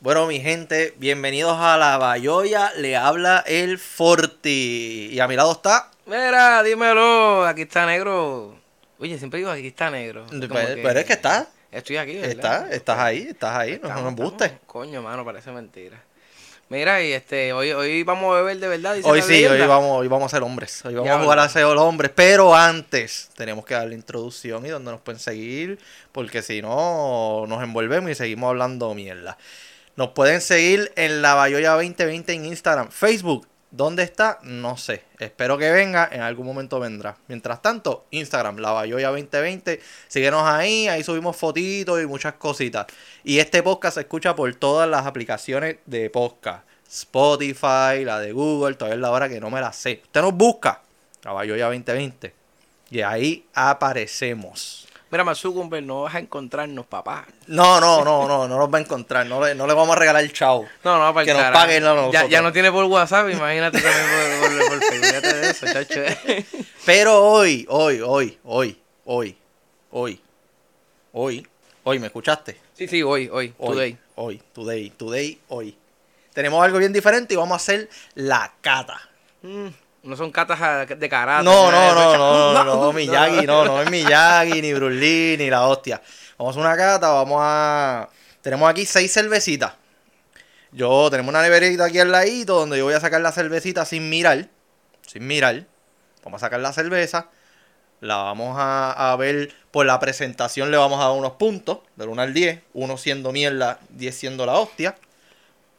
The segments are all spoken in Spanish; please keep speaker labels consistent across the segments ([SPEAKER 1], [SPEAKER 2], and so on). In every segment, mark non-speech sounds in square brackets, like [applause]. [SPEAKER 1] Bueno, mi gente, bienvenidos a La Bayoya. Le habla el Forti. Y a mi lado está.
[SPEAKER 2] Mira, dímelo, aquí está negro. Oye, siempre digo aquí está negro.
[SPEAKER 1] Pero,
[SPEAKER 2] Como
[SPEAKER 1] pero Pues, es que está.
[SPEAKER 2] Estoy aquí, ¿verdad?
[SPEAKER 1] Está, estás ahí, estás ahí. No
[SPEAKER 2] Estamos,
[SPEAKER 1] es un
[SPEAKER 2] estamos.
[SPEAKER 1] embuste.
[SPEAKER 2] Coño, mano, parece mentira. Mira, y este, hoy, hoy vamos a beber de verdad. dice
[SPEAKER 1] Hoy
[SPEAKER 2] la
[SPEAKER 1] sí,
[SPEAKER 2] leyenda.
[SPEAKER 1] hoy vamos, hoy vamos a ser hombres. Hoy vamos
[SPEAKER 2] Ya,
[SPEAKER 1] a jugar a
[SPEAKER 2] ¿verdad?
[SPEAKER 1] ser hombres. Pero antes tenemos que dar la introducción y donde nos pueden seguir. Porque si no, nos envolvemos y seguimos hablando mierda. Nos pueden seguir en La Bayoya 2020 en Instagram, Facebook. ¿Dónde está? No sé. Espero que venga. En algún momento vendrá. Mientras tanto, Instagram, La Bayoya 2020. Síguenos ahí. Ahí subimos fotitos y muchas cositas. Y este podcast se escucha por todas las aplicaciones de podcast. Spotify, la de Google. Todavía es la hora que no me la sé. Usted nos busca. La Bayoya 2020. Y ahí aparecemos.
[SPEAKER 2] Mira, Marzucumber, no vas a encontrarnos, papá.
[SPEAKER 1] No, no, no, no. No nos va a encontrar. No le, no le vamos a regalar el chao.
[SPEAKER 2] No, no, para el
[SPEAKER 1] Que nos
[SPEAKER 2] carajo.
[SPEAKER 1] paguen a
[SPEAKER 2] ya,
[SPEAKER 1] nosotros.
[SPEAKER 2] ya no tiene por WhatsApp, imagínate también por, por, por Facebook. Fíjate de eso, chacho.
[SPEAKER 1] Pero hoy, hoy, hoy, hoy, hoy, hoy, hoy, hoy, ¿me escuchaste?
[SPEAKER 2] Sí, sí, hoy, hoy,
[SPEAKER 1] Hoy,
[SPEAKER 2] today.
[SPEAKER 1] Hoy, today, today, hoy. Tenemos algo bien diferente y vamos a hacer la cata.
[SPEAKER 2] Mm, no son catas a- de karate.
[SPEAKER 1] No,
[SPEAKER 2] nada de
[SPEAKER 1] no,
[SPEAKER 2] eso,
[SPEAKER 1] no,
[SPEAKER 2] chacho.
[SPEAKER 1] no, no,
[SPEAKER 2] [laughs]
[SPEAKER 1] no, Miyagi, no, no es Miyagi, ni Bruce Lee, ni la hostia. Vamos a una cata, vamos a... Tenemos aquí seis cervecitas. Yo, tenemos una neverita aquí al ladito donde yo voy a sacar la cervecita sin mirar. Sin mirar. Vamos a sacar la cerveza. La vamos a, a ver por la presentación. Le vamos a dar unos puntos, del 1 al 10. Uno siendo mierda, 10 siendo la hostia.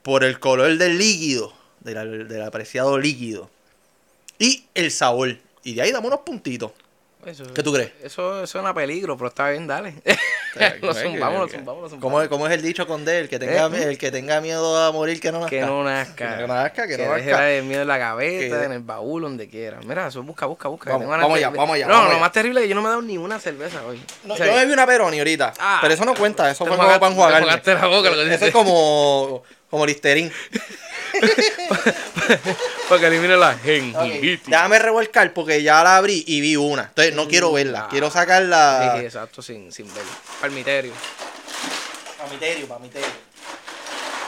[SPEAKER 1] Por el color del líquido, del, del apreciado líquido. Y el sabor. Y de ahí damos unos puntitos.
[SPEAKER 2] Eso-
[SPEAKER 1] ¿Qué tú crees?
[SPEAKER 2] Eso suena a peligro, pero está
[SPEAKER 1] [laughs]
[SPEAKER 2] bien, dale. [laughs]
[SPEAKER 1] ¿Qué-
[SPEAKER 2] lo
[SPEAKER 1] qué-
[SPEAKER 2] zumbamos, lo
[SPEAKER 1] qué-
[SPEAKER 2] zumbamos, lo zumbamos.
[SPEAKER 1] ¿Cómo, cómo es el dicho con D? El que tenga,
[SPEAKER 2] ¿Eh?
[SPEAKER 1] el que tenga miedo a morir, que no nazca.
[SPEAKER 2] Que no nazca.
[SPEAKER 1] Que no nazca, que no
[SPEAKER 2] deje
[SPEAKER 1] nazca.
[SPEAKER 2] el miedo en la gaveta,
[SPEAKER 1] Que-
[SPEAKER 2] en el baúl, donde quiera. Mira, eso busca, busca, busca. que
[SPEAKER 1] Vamos,
[SPEAKER 2] tengo ganas
[SPEAKER 1] vamos
[SPEAKER 2] de-
[SPEAKER 1] allá, vamos allá,
[SPEAKER 2] No,
[SPEAKER 1] vamos
[SPEAKER 2] lo
[SPEAKER 1] allá.
[SPEAKER 2] más terrible es que yo no me he dado ni una cerveza hoy.
[SPEAKER 1] No,
[SPEAKER 2] O sea,
[SPEAKER 1] yo bebí una Peroni ahorita,
[SPEAKER 2] Ah,
[SPEAKER 1] pero eso no cuenta, eso
[SPEAKER 2] te
[SPEAKER 1] fue como
[SPEAKER 2] jugaste-
[SPEAKER 1] para enjuagarme.
[SPEAKER 2] te jugaste la boca, lo que
[SPEAKER 1] Eso
[SPEAKER 2] dices.
[SPEAKER 1] es como, como
[SPEAKER 2] [laughs]
[SPEAKER 1] listerín.
[SPEAKER 2] Para que elimine la gengivitis.
[SPEAKER 1] Déjame revolcar porque ya la abrí y vi una. Entonces no quiero verla,
[SPEAKER 2] ah.
[SPEAKER 1] quiero
[SPEAKER 2] Sí, sí,
[SPEAKER 1] sacarla.
[SPEAKER 2] exacto, sin, sin ver. Palmiterio.
[SPEAKER 1] Palmiterio, palmiterio.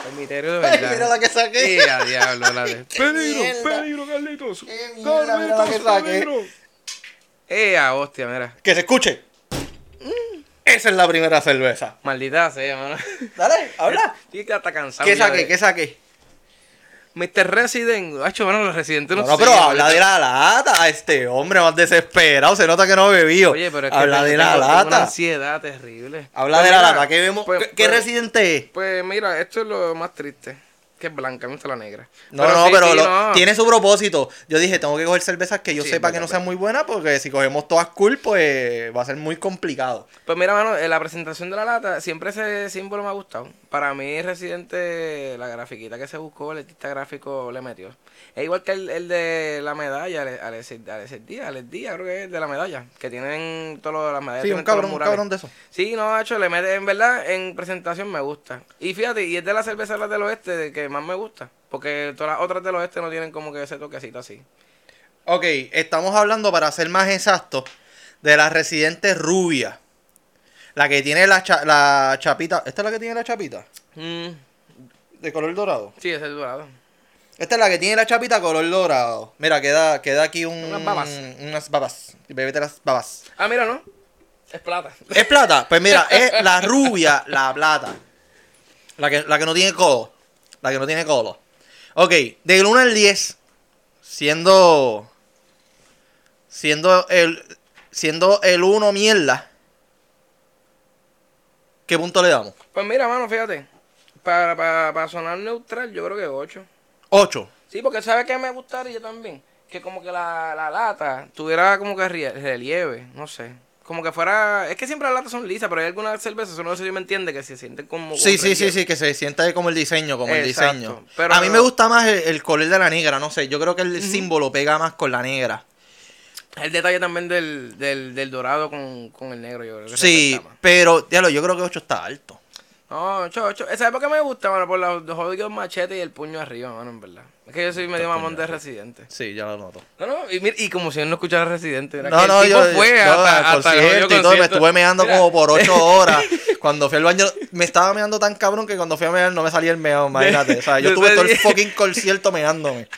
[SPEAKER 2] Palmiterio de
[SPEAKER 1] Ay,
[SPEAKER 2] verdad.
[SPEAKER 1] mira la que
[SPEAKER 2] Sí,
[SPEAKER 1] saqué.
[SPEAKER 2] a diablo, la
[SPEAKER 1] [laughs]
[SPEAKER 2] de...
[SPEAKER 1] mierda.
[SPEAKER 2] Peligro, peligro, Carlitos.
[SPEAKER 1] Qué mierda, mira la que saqué.
[SPEAKER 2] Eh, a hostia, mira.
[SPEAKER 1] Que se escuche. Mm, Esa es la primera cerveza.
[SPEAKER 2] Maldita sea, mano. [laughs]
[SPEAKER 1] Dale, habla.
[SPEAKER 2] Estoy que hasta cansado.
[SPEAKER 1] ¿Qué
[SPEAKER 2] ya
[SPEAKER 1] saqué?
[SPEAKER 2] de-
[SPEAKER 1] ¿Qué saqué?
[SPEAKER 2] Mr. Resident. Hacho, bueno, los residentes
[SPEAKER 1] No,
[SPEAKER 2] no
[SPEAKER 1] no, pero habla de la lata. Este hombre más desesperado. Se nota que no bebió.
[SPEAKER 2] Oye, pero es que
[SPEAKER 1] habla
[SPEAKER 2] tengo-
[SPEAKER 1] de la
[SPEAKER 2] tengo- tengo una
[SPEAKER 1] lata.
[SPEAKER 2] ansiedad terrible.
[SPEAKER 1] Habla
[SPEAKER 2] Pues
[SPEAKER 1] de la
[SPEAKER 2] mira,
[SPEAKER 1] lata. ¿Qué vemos?
[SPEAKER 2] pues-
[SPEAKER 1] ¿Qué, qué
[SPEAKER 2] pues-
[SPEAKER 1] residente es?
[SPEAKER 2] Pues mira, esto es lo más triste. Que es blanca, me gusta la negra.
[SPEAKER 1] No, no,
[SPEAKER 2] sí,
[SPEAKER 1] pero
[SPEAKER 2] sí,
[SPEAKER 1] lo-
[SPEAKER 2] no.
[SPEAKER 1] tiene su propósito. Yo dije, tengo que coger cervezas que yo
[SPEAKER 2] Sí,
[SPEAKER 1] sepa
[SPEAKER 2] es
[SPEAKER 1] que no
[SPEAKER 2] verdad, pues.
[SPEAKER 1] sean muy buenas, porque si cogemos todas cool, pues va a ser muy complicado.
[SPEAKER 2] Pues mira, mano, en la presentación de la lata, siempre ese símbolo me ha gustado. Para mí, Residente, la grafiquita que se buscó, el artista gráfico le metió. Es igual que el, el de la medalla, Ale- Alexis Alexis Díaz, Alex Díaz, creo que es de la medalla. Que tienen todas las medallas.
[SPEAKER 1] Sí,
[SPEAKER 2] tienen
[SPEAKER 1] un
[SPEAKER 2] todos los
[SPEAKER 1] cabrón, un
[SPEAKER 2] murales.
[SPEAKER 1] cabrón de eso.
[SPEAKER 2] Sí, no, hecho, le mete, en verdad, en presentación me gusta. Y fíjate, y es de las cervezas las del oeste de que más me gusta. Porque todas las otras del oeste no tienen como que ese toquecito así.
[SPEAKER 1] Ok, estamos hablando, para ser más exactos, de la residente rubia. La que tiene la, cha- la chapita. ¿Esta es la que tiene la chapita?
[SPEAKER 2] Mm,
[SPEAKER 1] De color dorado.
[SPEAKER 2] sí, ese es dorado.
[SPEAKER 1] Esta es la que tiene la chapita color dorado. Mira, queda, queda aquí un,
[SPEAKER 2] Unas babas.
[SPEAKER 1] Unas babas. Bebete las babas.
[SPEAKER 2] Ah, mira, ¿no? Es plata.
[SPEAKER 1] ¿Es plata? Pues [laughs] mira, es la rubia, la plata. La que, la que no tiene codo. La que no tiene codo. Ok, del 1 al 10. Siendo. Siendo el. Siendo el 1 mierda. ¿Qué punto le damos?
[SPEAKER 2] Pues mira, mano, fíjate. Para, para, para sonar neutral, yo creo que 8.
[SPEAKER 1] 8.
[SPEAKER 2] Sí, porque ¿sabes qué me gustaría también? Que como que la, la lata tuviera como que rie- relieve, no sé. Como que fuera... Es que siempre las latas son lisas, pero hay algunas cervezas, eso no sé si me entiende, que se sienten como... con
[SPEAKER 1] Sí, sí, sí,
[SPEAKER 2] relieve.
[SPEAKER 1] sí, que se sienta como el diseño, como
[SPEAKER 2] Exacto,
[SPEAKER 1] el diseño.
[SPEAKER 2] pero
[SPEAKER 1] a mí
[SPEAKER 2] no-
[SPEAKER 1] me gusta más el, el color de la negra, no sé, yo creo que el símbolo pega más con la negra.
[SPEAKER 2] El detalle también del, del, del dorado con, con el negro, yo creo que se
[SPEAKER 1] Sí,
[SPEAKER 2] resalta más.
[SPEAKER 1] pero, diablo, yo creo que 8 está alto.
[SPEAKER 2] No, chocho. ¿Sabes por qué me gusta, mano? Por los, los jodidos machetes y el puño arriba, mano, en verdad. Es que yo soy medio
[SPEAKER 1] puño
[SPEAKER 2] mamón de
[SPEAKER 1] arriba.
[SPEAKER 2] residente.
[SPEAKER 1] Sí, ya lo noto.
[SPEAKER 2] No, no, y, mira, y como si yo no escuchara residente. mira, que
[SPEAKER 1] No,
[SPEAKER 2] el
[SPEAKER 1] no,
[SPEAKER 2] tipo
[SPEAKER 1] yo,
[SPEAKER 2] fue
[SPEAKER 1] yo
[SPEAKER 2] hasta,
[SPEAKER 1] al
[SPEAKER 2] hasta
[SPEAKER 1] concierto
[SPEAKER 2] el jodido
[SPEAKER 1] y todo, me
[SPEAKER 2] concierto.
[SPEAKER 1] estuve meando
[SPEAKER 2] Mira,
[SPEAKER 1] como por ocho
[SPEAKER 2] [laughs]
[SPEAKER 1] horas. Cuando fui al baño, me estaba meando tan cabrón que cuando fui a mear no me salía el meado, imagínate. O sea,
[SPEAKER 2] [laughs]
[SPEAKER 1] yo
[SPEAKER 2] de
[SPEAKER 1] estuve
[SPEAKER 2] ese
[SPEAKER 1] todo el
[SPEAKER 2] día.
[SPEAKER 1] fucking concierto meándome.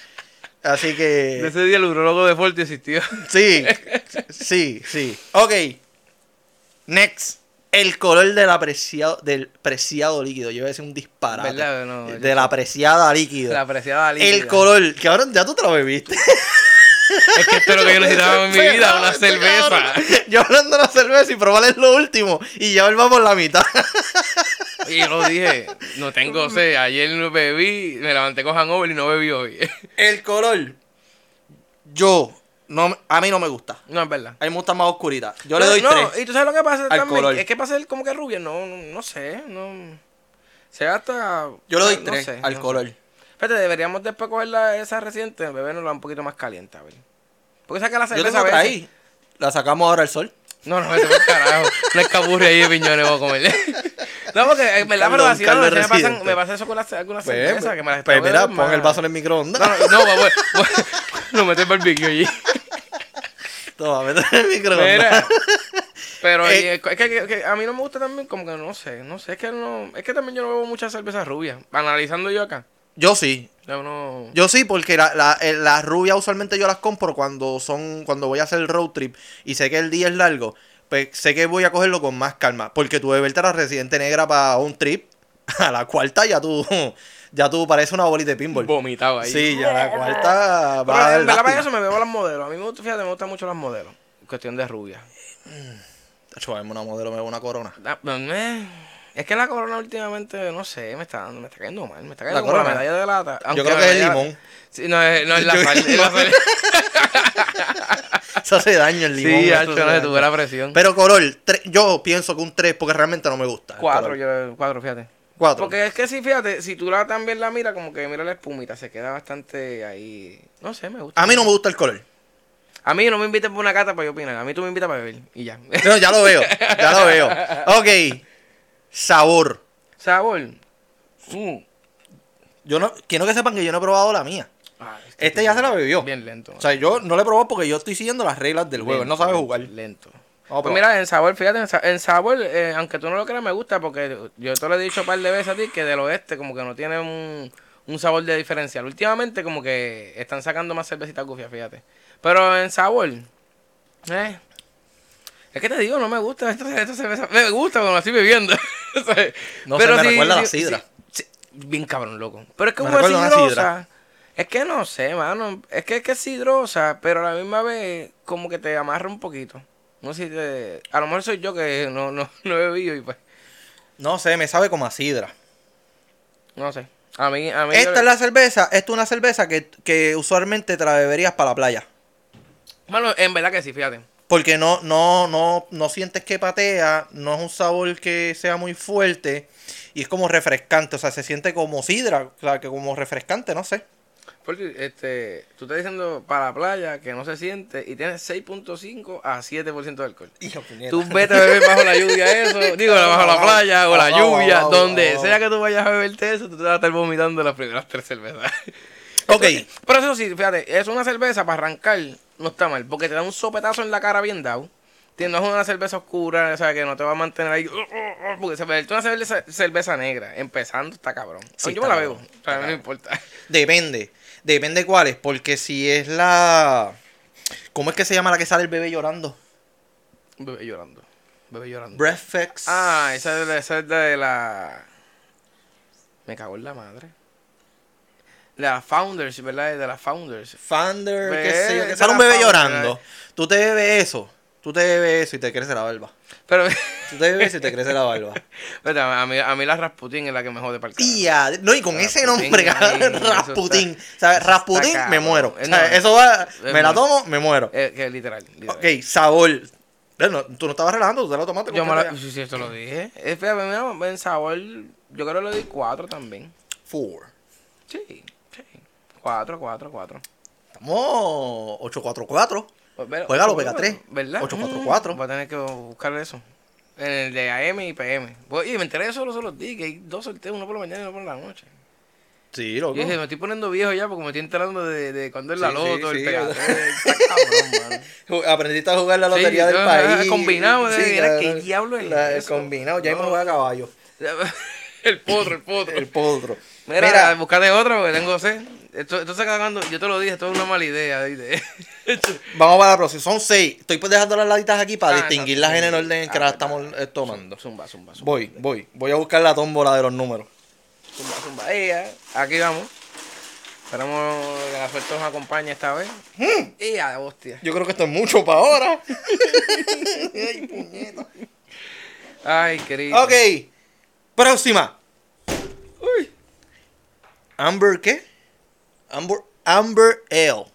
[SPEAKER 1] Así
[SPEAKER 2] De
[SPEAKER 1] que...
[SPEAKER 2] ese día el urologo de Forti existió.
[SPEAKER 1] Sí, sí, sí. Ok. Next. El color del apreciado, del preciado líquido. Yo iba a decir un disparate.
[SPEAKER 2] ¿Verdad? No, yo-
[SPEAKER 1] de la apreciada líquido.
[SPEAKER 2] La apreciada líquida.
[SPEAKER 1] El color. Cabrón, ya tú te lo bebiste.
[SPEAKER 2] Es que esto es lo que yo necesitaba
[SPEAKER 1] [laughs]
[SPEAKER 2] en mi vida, una
[SPEAKER 1] este
[SPEAKER 2] cerveza.
[SPEAKER 1] Yo hablando de una cerveza y probar es lo último. Y ya él va por la mitad. [laughs]
[SPEAKER 2] Y yo lo dije, no tengo sed. Ayer no bebí, me levanté con hangover y no bebí hoy.
[SPEAKER 1] El color. Yo. No, me- a mí [laughs] no me gusta.
[SPEAKER 2] No, es verdad.
[SPEAKER 1] A mí me gusta más oscurita. Yo
[SPEAKER 2] No,
[SPEAKER 1] le doy
[SPEAKER 2] no,
[SPEAKER 1] tres.
[SPEAKER 2] y tú sabes lo que pasa
[SPEAKER 1] al
[SPEAKER 2] también.
[SPEAKER 1] color.
[SPEAKER 2] Es que pasa el- como que rubia, no, no, no sé, no. Se gasta.
[SPEAKER 1] Yo le doy
[SPEAKER 2] no
[SPEAKER 1] tres
[SPEAKER 2] sé,
[SPEAKER 1] al
[SPEAKER 2] no
[SPEAKER 1] color.
[SPEAKER 2] sé. Fíjate, deberíamos después coger la, esa reciente, bebernosla un poquito más caliente, a ver. Porque saca la
[SPEAKER 1] Yo
[SPEAKER 2] cerveza
[SPEAKER 1] tengo
[SPEAKER 2] a
[SPEAKER 1] otra
[SPEAKER 2] veces-
[SPEAKER 1] ahí. La sacamos ahora al sol.
[SPEAKER 2] No, no, vete por
[SPEAKER 1] [laughs]
[SPEAKER 2] carajo. Una escaburria ahí de piñones voy a comer. [laughs] No, porque en verdad,
[SPEAKER 1] Carlos,
[SPEAKER 2] pero así no,
[SPEAKER 1] Carlos
[SPEAKER 2] no, me, pasan,
[SPEAKER 1] residente.
[SPEAKER 2] me pasa eso con las algunas
[SPEAKER 1] Pues,
[SPEAKER 2] cervezas que me las
[SPEAKER 1] pues
[SPEAKER 2] estaba
[SPEAKER 1] mira,
[SPEAKER 2] bebiendo
[SPEAKER 1] pon el
[SPEAKER 2] más.
[SPEAKER 1] vaso pues, en el microondas. [laughs]
[SPEAKER 2] No, no, no, va, voy, voy. Lo meto en barbecue [laughs] allí.
[SPEAKER 1] Toma, mete en el microondas.
[SPEAKER 2] Mira. Pero
[SPEAKER 1] Eh,
[SPEAKER 2] y es que, que- que a mí no me gusta también, como que no sé, no sé, es que no, es que también yo no bebo muchas cervezas rubias. Analizando yo acá,
[SPEAKER 1] Yo sí.
[SPEAKER 2] yo no.
[SPEAKER 1] Yo sí, porque la- la- eh, las rubias usualmente yo las compro cuando son cuando voy a hacer el road trip y sé que el día es largo, pues sé que voy a cogerlo con más calma, porque tu beberte la residente negra para un trip [laughs] a la cuarta ya tú [laughs] ya tú pareces una bolita de pinball.
[SPEAKER 2] vomitaba ahí.
[SPEAKER 1] Sí, ya la cuarta
[SPEAKER 2] Pero eh,
[SPEAKER 1] va a dar
[SPEAKER 2] en verdad para
[SPEAKER 1] lástima.
[SPEAKER 2] eso me bebo las modelos. A mí me gusta, fíjate, me gustan mucho las modelos. Cuestión de rubias.
[SPEAKER 1] Tacho, dame una modelo, me da una corona.
[SPEAKER 2] La- eh, es que la corona últimamente, no sé, me está dando, me está cayendo mal, me está
[SPEAKER 1] La
[SPEAKER 2] cayendo como la
[SPEAKER 1] Corona.
[SPEAKER 2] medalla de lata. aunque
[SPEAKER 1] yo creo
[SPEAKER 2] la
[SPEAKER 1] que es el
[SPEAKER 2] medalla-
[SPEAKER 1] limón.
[SPEAKER 2] Sí, no, es, no es la [laughs]
[SPEAKER 1] Yo-
[SPEAKER 2] sal, es la sal.
[SPEAKER 1] Eso hace daño el limón.
[SPEAKER 2] Sí,
[SPEAKER 1] eso
[SPEAKER 2] hacho,
[SPEAKER 1] hace
[SPEAKER 2] no se
[SPEAKER 1] daño.
[SPEAKER 2] tuve la presión.
[SPEAKER 1] Pero color, tre- yo pienso que un 3 porque realmente no me gusta. el
[SPEAKER 2] cuatro,
[SPEAKER 1] color.
[SPEAKER 2] yo, cuatro, fíjate.
[SPEAKER 1] Cuatro.
[SPEAKER 2] Porque es que si, fíjate, si tú la también la miras, como que mira la espumita, se queda bastante ahí. No sé, me gusta.
[SPEAKER 1] A mí no me gusta el color.
[SPEAKER 2] A mí no me invitas por una cata para yo opinar. A mí tú me invitas para beber y ya. [laughs]
[SPEAKER 1] No, ya lo veo, ya lo veo. Ok, sabor.
[SPEAKER 2] Sabor. Mm.
[SPEAKER 1] Yo no, quiero que sepan que yo no he probado la mía.
[SPEAKER 2] Ah,
[SPEAKER 1] Este ya se la bebió.
[SPEAKER 2] Bien lento.
[SPEAKER 1] O sea, yo no la he probado porque yo estoy siguiendo las reglas del juego. Él no sabe
[SPEAKER 2] Lento,
[SPEAKER 1] jugar.
[SPEAKER 2] Lento.
[SPEAKER 1] Vamos a
[SPEAKER 2] Pues
[SPEAKER 1] probar.
[SPEAKER 2] mira, en sabor, fíjate, en, sa- en sabor, eh, aunque tú no lo creas, me gusta porque yo te lo he dicho un par de veces a ti que del oeste como que no tiene un, un sabor de diferencial. Últimamente como que están sacando más cervecitas gufias, fíjate. Pero en sabor, eh, es que te digo, no me gusta esta, esta cerveza. Me gusta cuando la estoy bebiendo. [laughs] O sea,
[SPEAKER 1] No sé, me recuerda a la sidra.
[SPEAKER 2] sí, bien cabrón, loco. Pero es que
[SPEAKER 1] Me
[SPEAKER 2] una
[SPEAKER 1] recuerda a una
[SPEAKER 2] sidrosa...
[SPEAKER 1] sidra.
[SPEAKER 2] Es que no sé, mano. Es que, es que es sidrosa, pero a la misma vez como que te amarra un poquito. No sé si te... A lo mejor soy yo que no, no, [laughs] no he bebido y pues...
[SPEAKER 1] No sé, me sabe como a sidra.
[SPEAKER 2] No sé. A mí... A mí yo
[SPEAKER 1] Esta
[SPEAKER 2] le-
[SPEAKER 1] es la cerveza, esta es una cerveza que, que usualmente te la beberías para la playa.
[SPEAKER 2] Bueno, en verdad que sí, fíjate.
[SPEAKER 1] Porque no, no, no, no sientes que patea, no es un sabor que sea muy fuerte y es como refrescante, o sea, se siente como sidra, o sea, que como refrescante, no sé.
[SPEAKER 2] Porque, este, tú estás diciendo para la playa que no se siente y tienes 6.5 a 7% de alcohol. Tú vete a beber bajo la
[SPEAKER 1] [laughs]
[SPEAKER 2] lluvia eso, digo, bajo la playa o la
[SPEAKER 1] Oh,
[SPEAKER 2] lluvia, donde sea que tú vayas a beberte eso, tú te vas a estar vomitando las primeras tres cervezas.
[SPEAKER 1] Ok,
[SPEAKER 2] Pero eso sí, fíjate, es una cerveza para arrancar, no está mal, porque te da un sopetazo en la cara bien dado. Tienes una cerveza oscura, o sea, que no te va a mantener ahí. Porque se una cerveza, cerveza negra, empezando, está cabrón.
[SPEAKER 1] Sí, está
[SPEAKER 2] yo me la
[SPEAKER 1] cabrón,
[SPEAKER 2] bebo,
[SPEAKER 1] está
[SPEAKER 2] o sea, no
[SPEAKER 1] cabrón.
[SPEAKER 2] me importa. [laughs]
[SPEAKER 1] Depende. Depende cuál es. Porque si es la. ¿Cómo es que se llama la que sale el bebé llorando?
[SPEAKER 2] Bebé llorando, bebé llorando.
[SPEAKER 1] Breathfex.
[SPEAKER 2] Ah, esa es, la, esa es la de la. Me cago en la madre. La Founders, ¿verdad? De la Founders.
[SPEAKER 1] Thunder.
[SPEAKER 2] Ve,
[SPEAKER 1] qué sé yo, que
[SPEAKER 2] de
[SPEAKER 1] sale un
[SPEAKER 2] la
[SPEAKER 1] bebé
[SPEAKER 2] fábrica.
[SPEAKER 1] llorando. Tú te bebes eso. Tú te bebes eso y te crece la barba.
[SPEAKER 2] Pero, [laughs]
[SPEAKER 1] Tú te bebes eso y te crece la barba.
[SPEAKER 2] espérate, a, mí, a mí la Rasputin es la que me jode para el carajo.
[SPEAKER 1] Tía, no, y con ese
[SPEAKER 2] Rasputín,
[SPEAKER 1] nombre, cabrón,
[SPEAKER 2] eso está-
[SPEAKER 1] Rasputín. ¿Sabes?
[SPEAKER 2] eso está
[SPEAKER 1] Rasputín, me
[SPEAKER 2] cabrón.
[SPEAKER 1] muero.
[SPEAKER 2] Eh,
[SPEAKER 1] O sea,
[SPEAKER 2] no,
[SPEAKER 1] eso va,
[SPEAKER 2] es
[SPEAKER 1] me la
[SPEAKER 2] muero.
[SPEAKER 1] tomo, me muero.
[SPEAKER 2] Eh, que literal. literal.
[SPEAKER 1] Ok, sabor. Bueno, tú no estabas relajando, tú te lo tomaste.
[SPEAKER 2] Yo me la,
[SPEAKER 1] completa ya.
[SPEAKER 2] sí, sí, esto lo dije. Eh, Fíjate, mira, en sabor, yo creo que le doy cuatro también.
[SPEAKER 1] Four.
[SPEAKER 2] Sí, sí. Cuatro, cuatro, cuatro.
[SPEAKER 1] Estamos 844.
[SPEAKER 2] Pues, pero-
[SPEAKER 1] Juégalo, pega tres.
[SPEAKER 2] ¿Verdad?
[SPEAKER 1] 8-4-4.
[SPEAKER 2] Mm, Voy a tener que buscar eso. En el de AM y PM. Pues, y me enteré de eso los otros días, que hay dos sorteos, uno por la mañana y uno por la noche.
[SPEAKER 1] Sí, loco.
[SPEAKER 2] Y dije, me estoy poniendo viejo ya porque me estoy enterando de, de cuando es la
[SPEAKER 1] Sí,
[SPEAKER 2] loto,
[SPEAKER 1] sí,
[SPEAKER 2] el
[SPEAKER 1] sí.
[SPEAKER 2] pegatón. Está cabrón, mano.
[SPEAKER 1] Ju- Aprendiste a jugar la
[SPEAKER 2] Sí,
[SPEAKER 1] lotería del
[SPEAKER 2] yo, ah,
[SPEAKER 1] país.
[SPEAKER 2] combinado, de- mira,
[SPEAKER 1] claro.
[SPEAKER 2] ¿qué diablo es
[SPEAKER 1] La-
[SPEAKER 2] eso?
[SPEAKER 1] Combinado, ya me
[SPEAKER 2] No.
[SPEAKER 1] juega a caballo. [laughs]
[SPEAKER 2] [laughs] el potro, el potro.
[SPEAKER 1] El potro.
[SPEAKER 2] Mira,
[SPEAKER 1] Mira,
[SPEAKER 2] buscate otra porque tengo sed. Esto, esto se está cagando. Yo te lo dije, esto es una mala idea.
[SPEAKER 1] [laughs]
[SPEAKER 2] Ah, ¿viste?
[SPEAKER 1] vamos para la próxima. Son seis. Estoy pues dejando las laditas aquí para
[SPEAKER 2] Ah,
[SPEAKER 1] distinguirlas en
[SPEAKER 2] exacto.
[SPEAKER 1] el orden en que
[SPEAKER 2] Ah,
[SPEAKER 1] las
[SPEAKER 2] verdad.
[SPEAKER 1] estamos eh, tomando.
[SPEAKER 2] Zumba, zumba, zumba.
[SPEAKER 1] Voy, voy. Voy a buscar la tómbola de los números.
[SPEAKER 2] Zumba, zumba. Ea, aquí vamos. Esperamos que la suerte nos acompañe esta vez.
[SPEAKER 1] Hmm.
[SPEAKER 2] Ea, hostia.
[SPEAKER 1] Yo creo que esto es mucho para ahora.
[SPEAKER 2] Ay, querido.
[SPEAKER 1] Ok. Próxima.
[SPEAKER 2] Uy.
[SPEAKER 1] Amber, ¿qué? Amber, Amber Ale.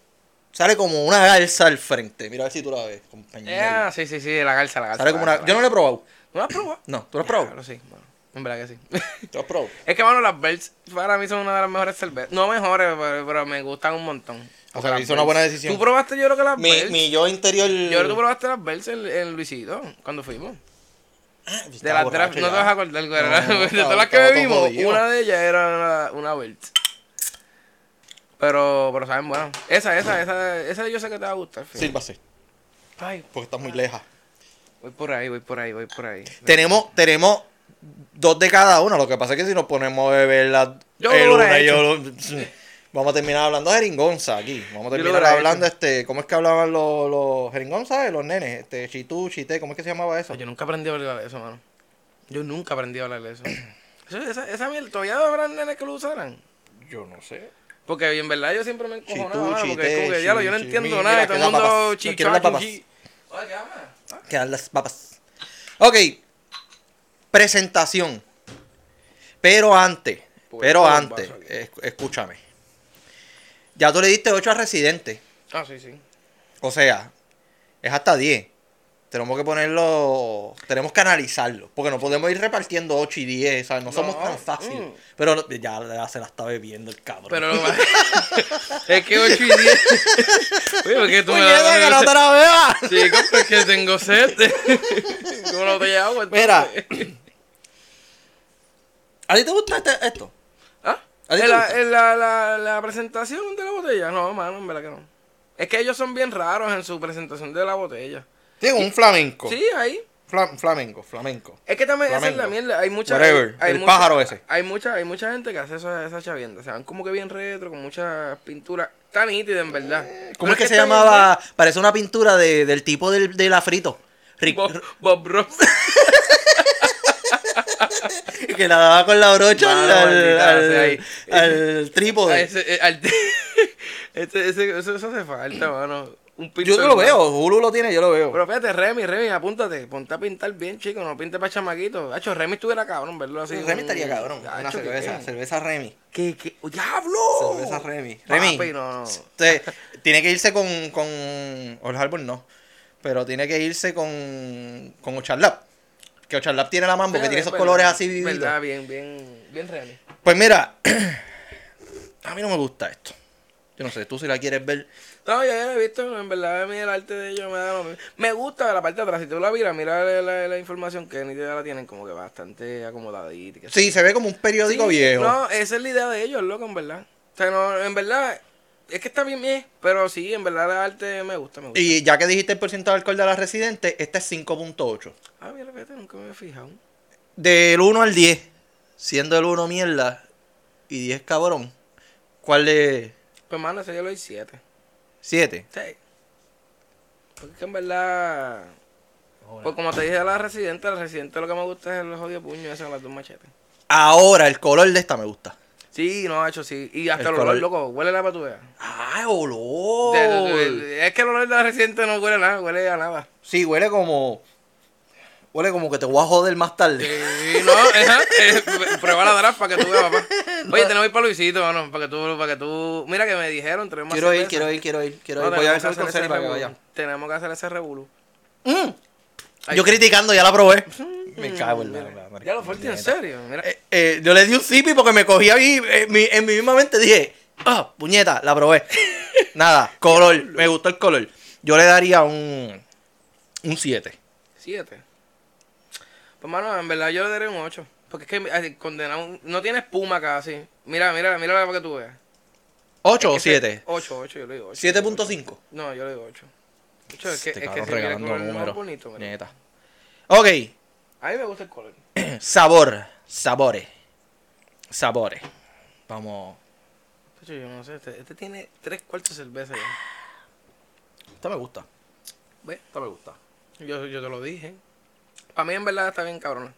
[SPEAKER 1] Sale como una garza al frente. Mira a ver si tú la ves, compañero.
[SPEAKER 2] Ea, Ah, sí, sí, sí, la garza, la garza.
[SPEAKER 1] Sale como una.
[SPEAKER 2] la garza,
[SPEAKER 1] Yo no
[SPEAKER 2] la
[SPEAKER 1] la he probado.
[SPEAKER 2] garza. ¿No la has probado?
[SPEAKER 1] No, tú la has
[SPEAKER 2] Claro,
[SPEAKER 1] probado.
[SPEAKER 2] sí, mano. En verdad que sí. [laughs]
[SPEAKER 1] Tú la has probado.
[SPEAKER 2] es que, mano, las Bells para mí son una de las mejores cervezas. No mejores, pero, pero me gustan un montón.
[SPEAKER 1] O sea,
[SPEAKER 2] Las
[SPEAKER 1] hizo una
[SPEAKER 2] Bells.
[SPEAKER 1] buena decisión.
[SPEAKER 2] Pues, Tú probaste, yo creo que las
[SPEAKER 1] Mi,
[SPEAKER 2] Bells.
[SPEAKER 1] mi yo interior.
[SPEAKER 2] Yo creo que probaste las Bells en, en Luisito, cuando fuimos.
[SPEAKER 1] Ah, yo
[SPEAKER 2] De
[SPEAKER 1] estaba
[SPEAKER 2] las
[SPEAKER 1] borracho
[SPEAKER 2] tres, no
[SPEAKER 1] ya.
[SPEAKER 2] te vas a acordar, güey.
[SPEAKER 1] No, no, no,
[SPEAKER 2] [laughs] de
[SPEAKER 1] estaba-
[SPEAKER 2] todas las que
[SPEAKER 1] estaba todo
[SPEAKER 2] bebimos,
[SPEAKER 1] jodido.
[SPEAKER 2] una de ellas era una, una Belts. Pero, pero saben, bueno. Esa, esa, esa, esa yo sé que te va a gustar. fíjate.
[SPEAKER 1] Sírvase,
[SPEAKER 2] Ay,
[SPEAKER 1] porque estás muy leja.
[SPEAKER 2] voy por ahí, voy por ahí, voy por ahí.
[SPEAKER 1] Tenemos, tenemos dos de cada una. Lo que pasa es que si nos ponemos a beber las
[SPEAKER 2] Yo
[SPEAKER 1] el
[SPEAKER 2] lo hubiera
[SPEAKER 1] una y
[SPEAKER 2] hecho.
[SPEAKER 1] yo lo- [laughs] vamos a terminar hablando de jeringonza aquí. Vamos a
[SPEAKER 2] Yo
[SPEAKER 1] terminar
[SPEAKER 2] lo hubiera
[SPEAKER 1] hablando, este, ¿cómo es que hablaban los, los jeringonza de los nenes? Este, chitú, chité, ¿cómo es que se llamaba eso?
[SPEAKER 2] Yo nunca aprendí a hablar de eso, mano. Yo nunca aprendí a
[SPEAKER 1] [clears throat]
[SPEAKER 2] hablar de eso. Eso- esa, esa miel, todavía habrán nenes que lo usaran.
[SPEAKER 1] Yo no sé.
[SPEAKER 2] Porque en verdad yo siempre me encojonaba,
[SPEAKER 1] Chitú,
[SPEAKER 2] mano, porque es
[SPEAKER 1] chité,
[SPEAKER 2] como que diablo, yo no
[SPEAKER 1] chi-
[SPEAKER 2] entiendo
[SPEAKER 1] mira,
[SPEAKER 2] nada y
[SPEAKER 1] que
[SPEAKER 2] todo el
[SPEAKER 1] las
[SPEAKER 2] mundo
[SPEAKER 1] papas. No quiero las
[SPEAKER 2] chichacho.
[SPEAKER 1] papas.
[SPEAKER 2] chi- Oye, ¿qué ama? Ah,
[SPEAKER 1] Quedan las papas. Ok. Presentación. Pero antes.
[SPEAKER 2] Pues,
[SPEAKER 1] Pero
[SPEAKER 2] toma un
[SPEAKER 1] antes.
[SPEAKER 2] vaso aquí.
[SPEAKER 1] es- Escúchame. Ya tú le diste 8 a Residente.
[SPEAKER 2] Ah, sí, sí.
[SPEAKER 1] O sea, es hasta 10. Tenemos que ponerlo. Tenemos que analizarlo. Porque no podemos ir repartiendo 8 y 10. ¿sabes? No,
[SPEAKER 2] No,
[SPEAKER 1] somos tan fácil.
[SPEAKER 2] mm.
[SPEAKER 1] Pero no- ya, ya se la está bebiendo el cabrón.
[SPEAKER 2] Pero [laughs] lo más... es que 8 y [laughs] 10. Oye, ¿por qué tú me
[SPEAKER 1] ¡Puñeta, que no
[SPEAKER 2] das
[SPEAKER 1] te la bebas!
[SPEAKER 2] Chicos, pues que tengo sed. [laughs] ¿Cómo no te llevo?
[SPEAKER 1] Mira. ¿A ti te gusta este- esto?
[SPEAKER 2] ¿Ah?
[SPEAKER 1] ¿A ti te
[SPEAKER 2] ¿En la,
[SPEAKER 1] gusta?
[SPEAKER 2] en la, la, la presentación de la botella? No, mano, en verdad que no. Es que ellos son bien raros en su presentación de la botella.
[SPEAKER 1] Tiene un flamenco.
[SPEAKER 2] Sí, ahí.
[SPEAKER 1] Fla- flamenco, flamenco.
[SPEAKER 2] Es que también esa es
[SPEAKER 1] Flamengo.
[SPEAKER 2] la mierda. Hay mucha,
[SPEAKER 1] Whatever,
[SPEAKER 2] hay
[SPEAKER 1] el
[SPEAKER 2] mucha-
[SPEAKER 1] pájaro ese.
[SPEAKER 2] Hay mucha, hay mucha gente que hace esa, esa chavienda. Se van como que bien retro, con muchas pinturas. Tan nítidas, en verdad.
[SPEAKER 1] ¿Cómo
[SPEAKER 2] Pero
[SPEAKER 1] es que, se
[SPEAKER 2] está bien
[SPEAKER 1] llamaba? Parece una pintura de- del tipo del, del afrito. Ric-
[SPEAKER 2] Bob, Bob Ross.
[SPEAKER 1] [laughs] que la daba con la brocha
[SPEAKER 2] Mano,
[SPEAKER 1] al, al,
[SPEAKER 2] maldita sea, ahí.
[SPEAKER 1] al
[SPEAKER 2] A
[SPEAKER 1] trípode.
[SPEAKER 2] ese- eh, al- [laughs] Este- ese- eso, eso hace falta, mano. Un
[SPEAKER 1] yo
[SPEAKER 2] pintor
[SPEAKER 1] lo
[SPEAKER 2] más.
[SPEAKER 1] veo, Hulu lo tiene, yo lo veo.
[SPEAKER 2] Pero fíjate, Remy, Remy, apúntate. Ponte a pintar bien, chico. No pinte para chamaquito. Hacho, Remy estuviera cabrón, verlo así.
[SPEAKER 1] Remy estaría cabrón.
[SPEAKER 2] Hacho,
[SPEAKER 1] Una
[SPEAKER 2] ¿qué?
[SPEAKER 1] cerveza, cerveza Remy.
[SPEAKER 2] ¿Qué, qué? ¡Oh, ¡Diablo!
[SPEAKER 1] Cerveza Remy. Remy.
[SPEAKER 2] Papi, no, no.
[SPEAKER 1] Usted tiene que irse con. con Old Harbor no. Pero tiene que irse con. Con Ocharlap. Que Ocharlap tiene la mambo, que tiene esos
[SPEAKER 2] Verdad,
[SPEAKER 1] colores así vivitos.
[SPEAKER 2] Verdad, bien, bien, bien Remy.
[SPEAKER 1] Pues mira, [clears throat] a mí no me gusta esto. Yo no sé, tú si la quieres ver.
[SPEAKER 2] No, yo ya lo he visto, en verdad, a mí el arte de ellos me da lo mismo. Me gusta la parte de atrás, si tú la miras, mira la, la- la información que ni idea la tienen como que bastante acomodadita. y que
[SPEAKER 1] Sí, se ve como un periódico
[SPEAKER 2] Sí,
[SPEAKER 1] viejo.
[SPEAKER 2] No, esa es la idea de ellos, loco, en verdad. O sea, no, en verdad, es que está bien, eh, pero sí, en verdad, el arte me gusta, me gusta.
[SPEAKER 1] Y ya que dijiste el porcentaje de alcohol de la residente, este es 5.8.
[SPEAKER 2] Ah, mira, fíjate, nunca me había fijado.
[SPEAKER 1] Del 1 al 10, siendo el 1 mierda y 10 cabrón, ¿cuál de
[SPEAKER 2] Pues, mano, ese yo lo doy 7.
[SPEAKER 1] 7?
[SPEAKER 2] Sí. Porque es que en verdad, pues como te dije a la residente, a la residente lo que me gusta es el jodido puño ese con las dos machetes.
[SPEAKER 1] Ahora, el color de esta me gusta.
[SPEAKER 2] Sí, no, ha hecho sí. Y hasta
[SPEAKER 1] El
[SPEAKER 2] el, olor,
[SPEAKER 1] color.
[SPEAKER 2] loco, huele la patrulla.
[SPEAKER 1] ¡Ah, olor!
[SPEAKER 2] De- de- de- Es que el olor de la residente no huele a nada, huele a nada.
[SPEAKER 1] Sí, huele como. Huele como que te voy a joder más tarde.
[SPEAKER 2] Sí, no, ajá, eh, prueba la draft para que tú
[SPEAKER 1] [laughs]
[SPEAKER 2] veas, papá. Oye, tenemos que ir para Luisito, mano, para que tú, para que tú. Mira que me dijeron, tenemos
[SPEAKER 1] Quiero ir, quiero ir, quiero ir, quiero ir. Voy a ver si voy con Celi para que vaya.
[SPEAKER 2] Tenemos que hacer ese revolú.
[SPEAKER 1] Mm.
[SPEAKER 2] Ay.
[SPEAKER 1] Yo criticando, ya la probé. Me cago en la- la- la-
[SPEAKER 2] Mira, Ya lo fuerte, en serio. Mira,
[SPEAKER 1] Eh, eh, yo le di un sipi porque me cogí a mí. eh, mi- en mi misma mente dije, ah, puñeta, la
[SPEAKER 2] [laughs]
[SPEAKER 1] probé. Nada, color, me gustó el color. Yo le daría un. Un 7.
[SPEAKER 2] siete. Pues, mano, en verdad yo le daré un 8. Porque es que así, condenado, un- no tiene espuma casi. Mira, mira, mira para que tú veas.
[SPEAKER 1] 8 o
[SPEAKER 2] Es que
[SPEAKER 1] 7.
[SPEAKER 2] 8, 8, yo le digo 8.
[SPEAKER 1] 7.5
[SPEAKER 2] No, yo le digo 8. es que,
[SPEAKER 1] Este
[SPEAKER 2] es que
[SPEAKER 1] cabrón
[SPEAKER 2] se mira
[SPEAKER 1] regalando
[SPEAKER 2] con el más
[SPEAKER 1] números.
[SPEAKER 2] bonito. mira.
[SPEAKER 1] Neta. Ok, [clears throat]
[SPEAKER 2] A mí me gusta el color.
[SPEAKER 1] sabor, sabores, sabores. Vamos.
[SPEAKER 2] Chacho, yo no sé, este, este tiene tres cuartos de cerveza ya.
[SPEAKER 1] Esta me gusta.
[SPEAKER 2] Ve.
[SPEAKER 1] Esta me gusta.
[SPEAKER 2] Yo, yo te lo dije. Para mí en verdad está bien cabrona.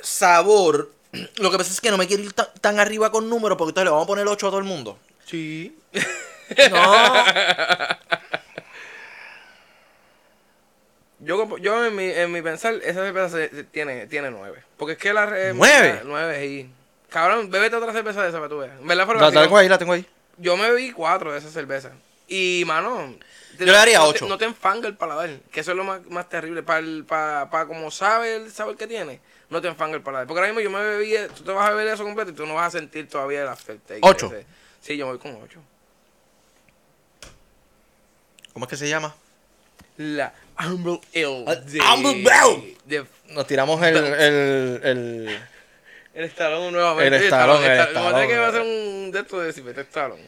[SPEAKER 1] Sabor. [clears throat] Lo que pasa es que no me quiero ir tan, tan arriba con números porque entonces le vamos a poner 8 a todo el
[SPEAKER 2] [laughs]
[SPEAKER 1] mundo.
[SPEAKER 2] Sí.
[SPEAKER 1] No.
[SPEAKER 2] Yo, comp- yo en, mi, en mi pensar, esa cerveza se- se- tiene, tiene nueve. Porque es que la... re-
[SPEAKER 1] ¿Nueve?
[SPEAKER 2] la- Nueve, sí. Cabrón, bébete otra cerveza de esa para tú veas. En verdad, fuera
[SPEAKER 1] la,
[SPEAKER 2] vacilón,
[SPEAKER 1] tengo ahí, la tengo ahí.
[SPEAKER 2] Yo me bebí cuatro de esas cervezas. Y, mano... te-
[SPEAKER 1] Yo le daría
[SPEAKER 2] no te-
[SPEAKER 1] ocho.
[SPEAKER 2] No te enfanga el paladar, que eso es lo más, más terrible. Para pa, pa como sabe el sabor que tiene, no te enfanga el paladar. Porque ahora mismo yo me bebí, tú te vas a beber eso completo y tú no vas a sentir todavía el aftertaste.
[SPEAKER 1] Ocho.
[SPEAKER 2] ese. Sí, yo me voy con ocho.
[SPEAKER 1] ¿Cómo es que se llama?
[SPEAKER 2] La Amber Ale.
[SPEAKER 1] Ah,
[SPEAKER 2] de-
[SPEAKER 1] Amber Ale.
[SPEAKER 2] de-
[SPEAKER 1] Nos tiramos [laughs] el. el, el...
[SPEAKER 2] el estalón nuevamente.
[SPEAKER 1] El Stallone, el
[SPEAKER 2] Vamos a tener que
[SPEAKER 1] Stallone.
[SPEAKER 2] hacer un de estos de Silvestre [laughs] Stallone.